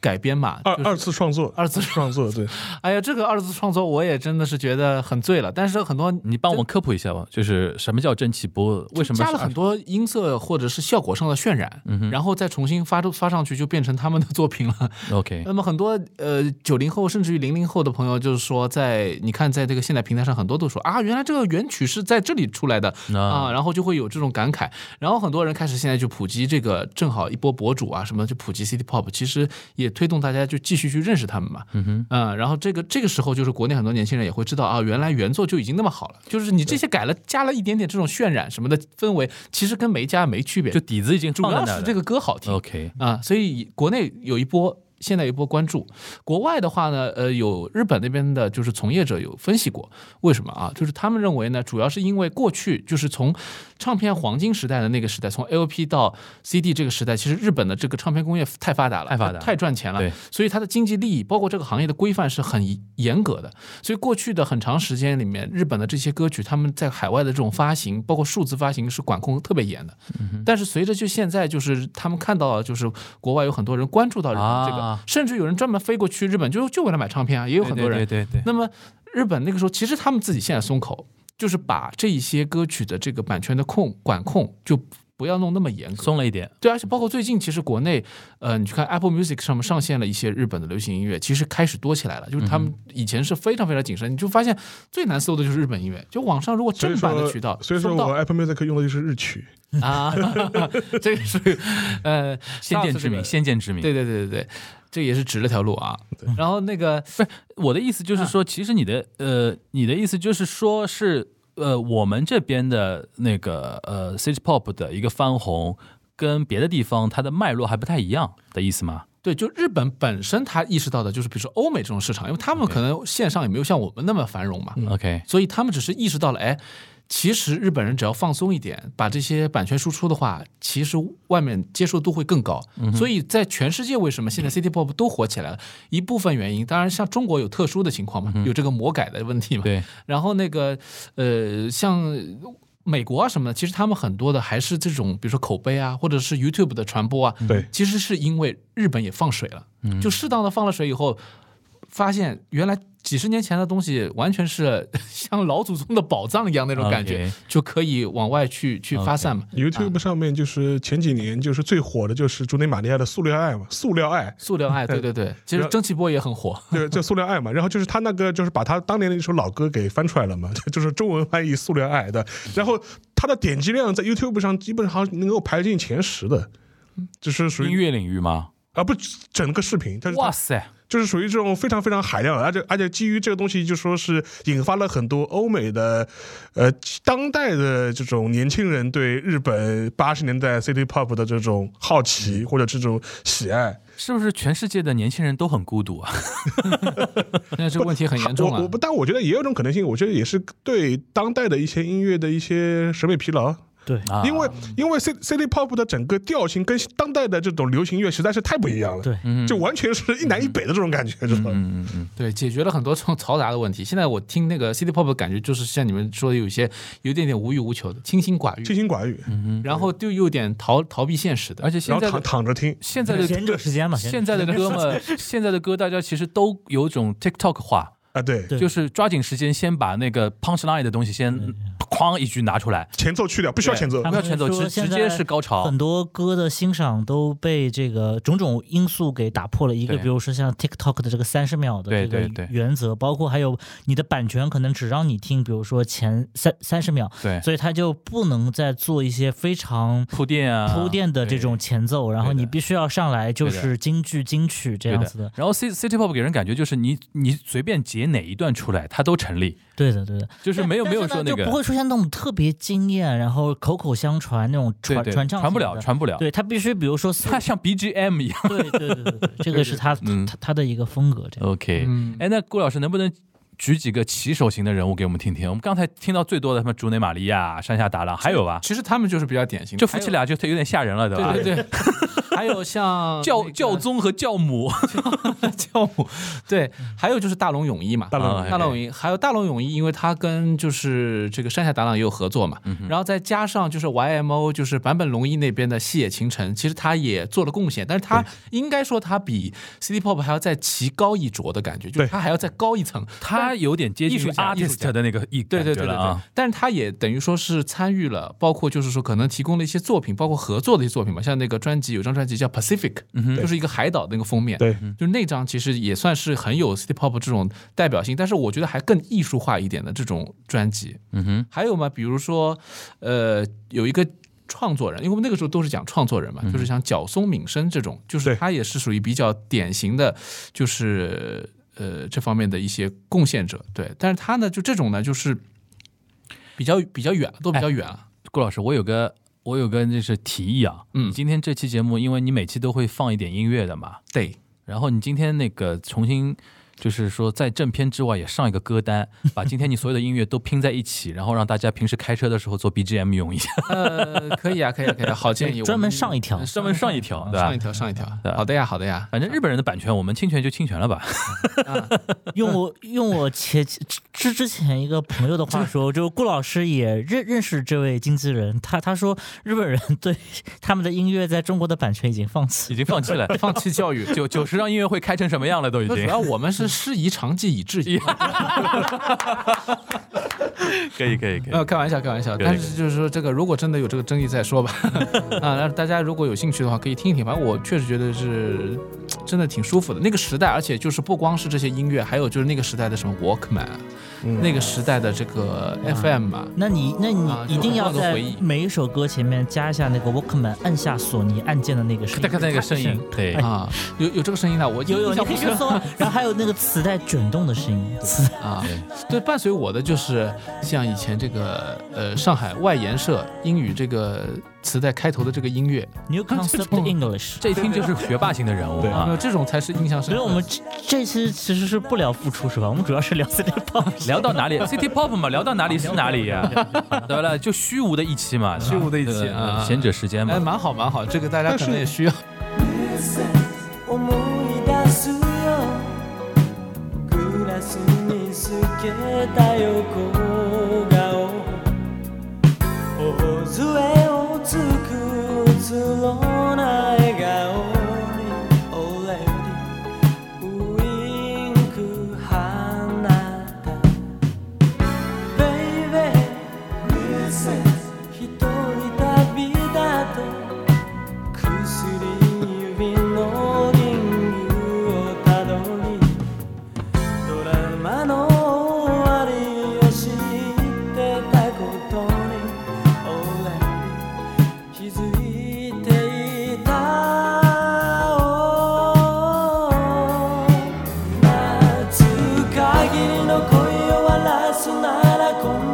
Speaker 2: 改编吧，
Speaker 5: 啊
Speaker 3: 二
Speaker 2: 就是
Speaker 3: 二次创作，
Speaker 2: 二次
Speaker 3: 创作，对，
Speaker 2: 哎呀，这个二次创作我也真的是觉得很醉了，但是很多
Speaker 5: 你帮我们科普一下吧，就是什么叫蒸汽波？为什么
Speaker 2: 加
Speaker 5: 是嗯
Speaker 2: 了很多音色或者是效果上的渲染，然后再重新发出发上去就变成他们的作品了。
Speaker 5: 啊 OK？
Speaker 2: 那么很多呃九零后甚至于零零后的朋友，就是说在你看在这个现在平台上，很多都说啊，原来这个原曲是在这里出来的
Speaker 5: 那
Speaker 2: 啊，然后就会有这种感慨。然后很多人开始现在就普及这个，正好一波博主啊什么就普及 City Pop，其实也推动大家就继续去认识他们嘛。嗯哼，然后这个这个时候就是国内很多年轻人也会知道啊，原来原作就已经那么好了，就是你这些改了加了一点点这种渲染什么的氛围，其实跟没加没区别，
Speaker 5: 就底子已经
Speaker 2: 主
Speaker 5: 放在
Speaker 2: 要
Speaker 5: 那
Speaker 2: 是
Speaker 5: 了。
Speaker 2: 这个歌好听。
Speaker 5: OK，
Speaker 2: 啊，所以国内有一波，现在有一波关注。国外的话呢，呃，有日本那边的就是从业者有分析过，为什么啊？就是他们认为呢，主要是因为过去就是从唱片黄金时代的那个时代，从 LP 到 CD 这个时代，其实日本的这个唱片工业太发达了，
Speaker 5: 太发达了
Speaker 2: 太赚钱了
Speaker 5: 对，
Speaker 2: 所以它的经济利益包括这个行业的规范是很严格的。所以过去的很长时间里面，日本的这些歌曲，他们在海外的这种发行，包括数字发行是管控特别严的。
Speaker 5: 嗯
Speaker 2: 但是随着就现在，就是他们看到了，就是国外有很多人关注到日本这个，
Speaker 5: 啊
Speaker 2: 甚至有人专门飞过去日本就就为了买唱片啊，也有很多人。
Speaker 5: 对对对对对
Speaker 2: 那么日本那个时候，其实他们自己现在松口，就是把这一些歌曲的这个版权的控管控就不要弄那么严格。
Speaker 5: 松了一点，
Speaker 2: 对，而且包括最近，其实国内，呃，你去看 Apple Music 上面上线了一些日本的流行音乐，其实开始多起来了。就是他们以前是非常非常谨慎，你就发现最难搜的就是日本音乐。就网上如果
Speaker 3: *laughs* 所以
Speaker 2: 正版的
Speaker 3: 说
Speaker 2: 渠道，
Speaker 3: 所以
Speaker 2: 搜
Speaker 3: 说
Speaker 2: 不
Speaker 3: 我
Speaker 2: 到
Speaker 3: Apple Music 用的就是日曲，
Speaker 2: 啊， *laughs* 这个是呃
Speaker 5: 先见之明，
Speaker 2: 先
Speaker 5: 先见之明。
Speaker 2: 对对对对对，这也是指了条路啊。然后那个
Speaker 5: 我的意思
Speaker 2: 嗯
Speaker 5: 就是说，其实你的呃，你的意思就是说是呃，我们这边的那个呃 c i t Pop 的一个翻红，跟别的地方它的脉络还不太一样的意思吗？
Speaker 2: 对，就日本本身他意识到的就是，比如说欧美这种市场，因为他们
Speaker 5: OK
Speaker 2: 可能线上也没有像我们那么繁荣嘛，
Speaker 5: OK，
Speaker 2: 所以他们只是意识到了，哎，其实日本人只要放松一点，把这些版权输出的话，其实外面接受度会更高。所以在全世界，为什么现在 City Pop 都火起来了？一部分原因，当然像中国有特殊的情况嘛，有这个魔改的问题嘛。
Speaker 5: 对，
Speaker 2: 然后那个呃，像美国啊什么的，其实他们很多的还是这种，比如说口碑啊，或者是 YouTube 的传播啊，
Speaker 3: 对
Speaker 2: 其实是因为日本也放水了，
Speaker 5: 嗯
Speaker 2: 就适当的放了水以后，发现原来几十年前的东西完全是像老祖宗的宝藏一样那种感觉
Speaker 5: OK
Speaker 2: 就可以往外去去发散嘛。
Speaker 3: YouTube 上面就是前几年就是最火的就是竹内玛利亚的《塑料爱》嘛，《塑料爱》
Speaker 2: 塑料
Speaker 5: *laughs*
Speaker 2: 爱，对对对，其实
Speaker 3: 然后
Speaker 2: 蒸汽波也很火，
Speaker 3: 对，叫《塑料爱》嘛。然后就是他那个就是把他当年的一首老歌给翻出来了嘛， *laughs* 就是中文翻译《塑料爱》的。然后他的点击量在 YouTube 上基本上能够排进前十的，就是属
Speaker 5: 音
Speaker 3: 于
Speaker 5: 乐领域吗？
Speaker 3: 啊不整个视频，但是它
Speaker 5: 哇塞，
Speaker 3: 就是属于这种非常非常海量的，而且而且基于这个东西，就说是引发了很多欧美的，呃，当代的这种年轻人对日本八十年代 City Pop 的这种好奇、
Speaker 5: 嗯
Speaker 3: 或者这种喜爱。
Speaker 5: 是不是全世界的年轻人都很孤独啊？
Speaker 2: 现在这个问题很严重
Speaker 3: 我
Speaker 5: *laughs*
Speaker 3: 我
Speaker 2: 啊。
Speaker 3: 不，但我觉得也有一种可能性，我觉得也是对当代的一些音乐的一些审美疲劳，
Speaker 4: 对，
Speaker 5: 啊
Speaker 3: 因为因为 C City Pop 的整个调性跟当代的这种流行乐实在是太不一样了，
Speaker 4: 对，
Speaker 3: 就完全是一南一北的这种感觉，知道吗？
Speaker 5: 嗯嗯嗯，
Speaker 2: 对，解决了很多这种嘈杂的问题。现在我听那个 City Pop 的感觉就是像你们说的，有一些有一点点无欲无求的，清心寡欲，
Speaker 3: 清心寡欲，
Speaker 2: 然后就有点逃逃避现实的，
Speaker 5: 而且
Speaker 3: 然后
Speaker 5: 嗯现在
Speaker 3: 躺
Speaker 5: 的
Speaker 3: 躺着听，
Speaker 5: 现在的
Speaker 4: 闲者时间嘛，闲
Speaker 5: 现在的歌嘛，
Speaker 4: *laughs*
Speaker 5: 现在的歌大家其实都有种 TikTok 化。
Speaker 3: 啊，对，
Speaker 4: 对
Speaker 5: 就是抓紧时间先把那个 punchline 的东西先哐一句拿出来，
Speaker 3: 前奏去掉，不需要前奏
Speaker 5: 不
Speaker 4: 他，
Speaker 5: 要
Speaker 4: 们
Speaker 5: 全走，
Speaker 4: 说
Speaker 5: 直直
Speaker 4: 现
Speaker 5: 接
Speaker 4: 在
Speaker 5: 是高潮
Speaker 4: 很。多歌的欣赏都被这个种种因素给打破了。一个
Speaker 5: 对
Speaker 4: 比如说像 TikTok 的这个三十秒的
Speaker 5: 对
Speaker 4: 这
Speaker 5: 对
Speaker 4: 个
Speaker 5: 对
Speaker 4: 原则，包括还有你的版权可能只让你听，比如说前三三十秒，
Speaker 5: 对，
Speaker 4: 所以它就不能再做一些非常
Speaker 5: 铺垫啊，
Speaker 4: 铺垫的这种前奏，然后
Speaker 5: 对的
Speaker 4: 你必须要上来就
Speaker 5: 对的
Speaker 4: 是京剧金曲这
Speaker 5: 对
Speaker 4: 样
Speaker 5: 的
Speaker 4: 子的。
Speaker 5: 然后 C City Pop 给人感觉就是你你随便截哪一段出来，它都成立，
Speaker 4: 对的，对的，
Speaker 5: 就是没有
Speaker 4: 但
Speaker 5: 没有
Speaker 4: 但是
Speaker 5: 说
Speaker 4: 呢
Speaker 5: 那
Speaker 4: 就不
Speaker 5: 个
Speaker 4: 会出现那种特别惊艳，然后口口相传那种
Speaker 5: 对
Speaker 4: 传
Speaker 5: 对
Speaker 4: 传唱
Speaker 5: 传不
Speaker 4: 型
Speaker 5: 了，
Speaker 4: 的
Speaker 5: 传不了，
Speaker 4: 对，它必须比如说四
Speaker 5: 它像
Speaker 4: *laughs*
Speaker 5: BGM 一样。
Speaker 4: 对对对对，对，这个是他
Speaker 5: 嗯
Speaker 4: 他他的一个风格，这样。
Speaker 5: OK，
Speaker 2: 嗯
Speaker 5: 哎，那顾老师能不能？举几个骑手型的人物给我们听听。我们刚才听到最多的什么竹内玛利亚、山下达郎，还有吧？
Speaker 2: 其实他们就是比较典型的，
Speaker 5: 这夫妻俩就有点吓人了，对吧？
Speaker 2: 还有，对对 *laughs* 对，还有像
Speaker 5: 教
Speaker 2: 那个
Speaker 5: 教
Speaker 2: *laughs*
Speaker 5: 宗和教 *laughs* 母，
Speaker 2: 教母，对，还有就是大龙泳衣嘛，啊
Speaker 3: 大龙
Speaker 5: 泳衣
Speaker 2: 大龙泳衣，还有大龙泳衣，因为他跟就是这个山下达郎也有合作嘛，然后再加上就是 YMO，就是坂本龙一那边的细野晴臣，其实他也做了贡献，但是他应该说他比 City Pop 还要再棋高一着的感觉，就是
Speaker 3: 对
Speaker 2: 他还要再高一层，
Speaker 5: 他有点接近
Speaker 2: 艺术家艺术
Speaker 5: artist
Speaker 2: 家
Speaker 5: 的那个意
Speaker 2: 对对
Speaker 5: 感觉
Speaker 2: 对对
Speaker 5: 了
Speaker 2: 对
Speaker 5: 啊。，
Speaker 2: 但是他也等于说是参与了，包括就是说可能提供了一些作品，包括合作的一些作品嘛，像那个专辑有张专辑叫 Pacific，就是一
Speaker 5: 嗯
Speaker 2: 个海岛的那个封面，
Speaker 3: 对，
Speaker 2: 就是那张其实也算是很有 City Pop 这种代表性，但是我觉得还更艺术化一点的这种专辑，
Speaker 5: 嗯哼，
Speaker 2: 还有嘛，比如说，呃，有一个创作人，因为我们那个时候都是讲创作人嘛，就是像角松敏生这种，就是
Speaker 3: 对
Speaker 2: 他也是属于比较典型的，就是呃这方面的一些贡献者。对，但是他呢，就这种呢，就是比较比较远了，都比较远了。
Speaker 5: 顾老师，我有个我有个就是提议啊，
Speaker 2: 嗯
Speaker 5: 你今天这期节目，因为你每期都会放一点音乐的嘛，
Speaker 2: 对，
Speaker 5: 然后你今天那个重新就是说在正片之外也上一个歌 *laughs* 单，把今天你所有的音乐都拼在一起，然后让大家平时开车的时候做 BGM 用一 *laughs* 下，
Speaker 2: 呃，可以啊，可以啊，可以啊，好建议，
Speaker 4: 专
Speaker 2: 我
Speaker 4: 门
Speaker 2: 们呃
Speaker 4: 上一条，
Speaker 5: 专门啊上一条，对
Speaker 2: 上一
Speaker 5: 吧？
Speaker 2: 条，上一条
Speaker 5: 对。吧
Speaker 2: 好的呀，好的呀。 *laughs*
Speaker 5: 反正日本人的版权我们侵权就侵权了吧， *laughs*
Speaker 4: 用我用我前之之前一个朋友的话说，就顾老师也认认识这位经纪人，他他说日本人对他们的音乐在中国的版权已经放弃
Speaker 5: 已，经放弃了。
Speaker 2: 放弃教育，
Speaker 5: 九九十让音乐会开成什么样了都已
Speaker 2: 那主
Speaker 5: 经。
Speaker 2: *laughs* 要我们是师夷长技以制夷。
Speaker 5: *laughs* 可以可以可
Speaker 2: 没有
Speaker 5: 以，
Speaker 2: 啊开玩笑，开玩笑。
Speaker 5: 对
Speaker 2: 但
Speaker 5: 对
Speaker 2: 是就是说，这个如果真的有这个争议再说吧。
Speaker 4: *laughs*
Speaker 2: 啊，但是大家如果有兴趣的话，可以听一听。反正我确实觉得是真的挺舒服的。那个时代，而且就是不光是这些音乐，还有就是那个时代的什么 Walkman，、
Speaker 8: 嗯
Speaker 2: 那个时代的这个
Speaker 4: 嗯
Speaker 2: FM 吧。
Speaker 4: 那你那你
Speaker 2: 啊
Speaker 4: 一定要
Speaker 2: 就是
Speaker 4: 在
Speaker 2: 回忆
Speaker 4: 每一首歌前面加一下那个 Walkman，按下索尼按键的那个声
Speaker 5: 再看 *laughs* 那
Speaker 4: 音。
Speaker 5: 个声音，对，
Speaker 2: 啊，有有这个声音的，我
Speaker 4: 哎
Speaker 2: *laughs*
Speaker 4: 有有，
Speaker 2: 印
Speaker 4: 你
Speaker 2: 象
Speaker 4: 可
Speaker 2: 不
Speaker 4: 以
Speaker 2: 是
Speaker 4: 去搜啊，然后还有那个磁带卷动的声音，磁
Speaker 2: 啊。对，伴随我的就是像以前这个呃上海外研社英语这个磁带开头的这个音乐，
Speaker 4: New Concept English。
Speaker 5: 这一听就是学霸型的人物
Speaker 2: 没有
Speaker 5: 啊。
Speaker 2: 这种才是印象深
Speaker 4: 所以
Speaker 2: 刻的。
Speaker 4: 我们这这期其实是不聊付出是吧？我们主要是聊 City Pop。
Speaker 5: 聊到哪里？City Pop 嘛，聊到哪里是哪里呀、 *laughs* 对了，就虚无的一期嗯嘛，虚无的一
Speaker 2: 期啊
Speaker 5: 贤者时间
Speaker 2: 哎，
Speaker 5: 嘛，
Speaker 2: 蛮好蛮好，这个大家
Speaker 8: 但
Speaker 2: 可
Speaker 8: 是
Speaker 2: 能也需要。
Speaker 7: 思い出すよグラスに透けた横顔頬杖をつくうつろな笑顔に俺にウインク放ったベイベー一人旅だと薬指のリングをたどりドラマの終わりを知ってたことに俺気づいていた夏限りの恋を荒らすならこんな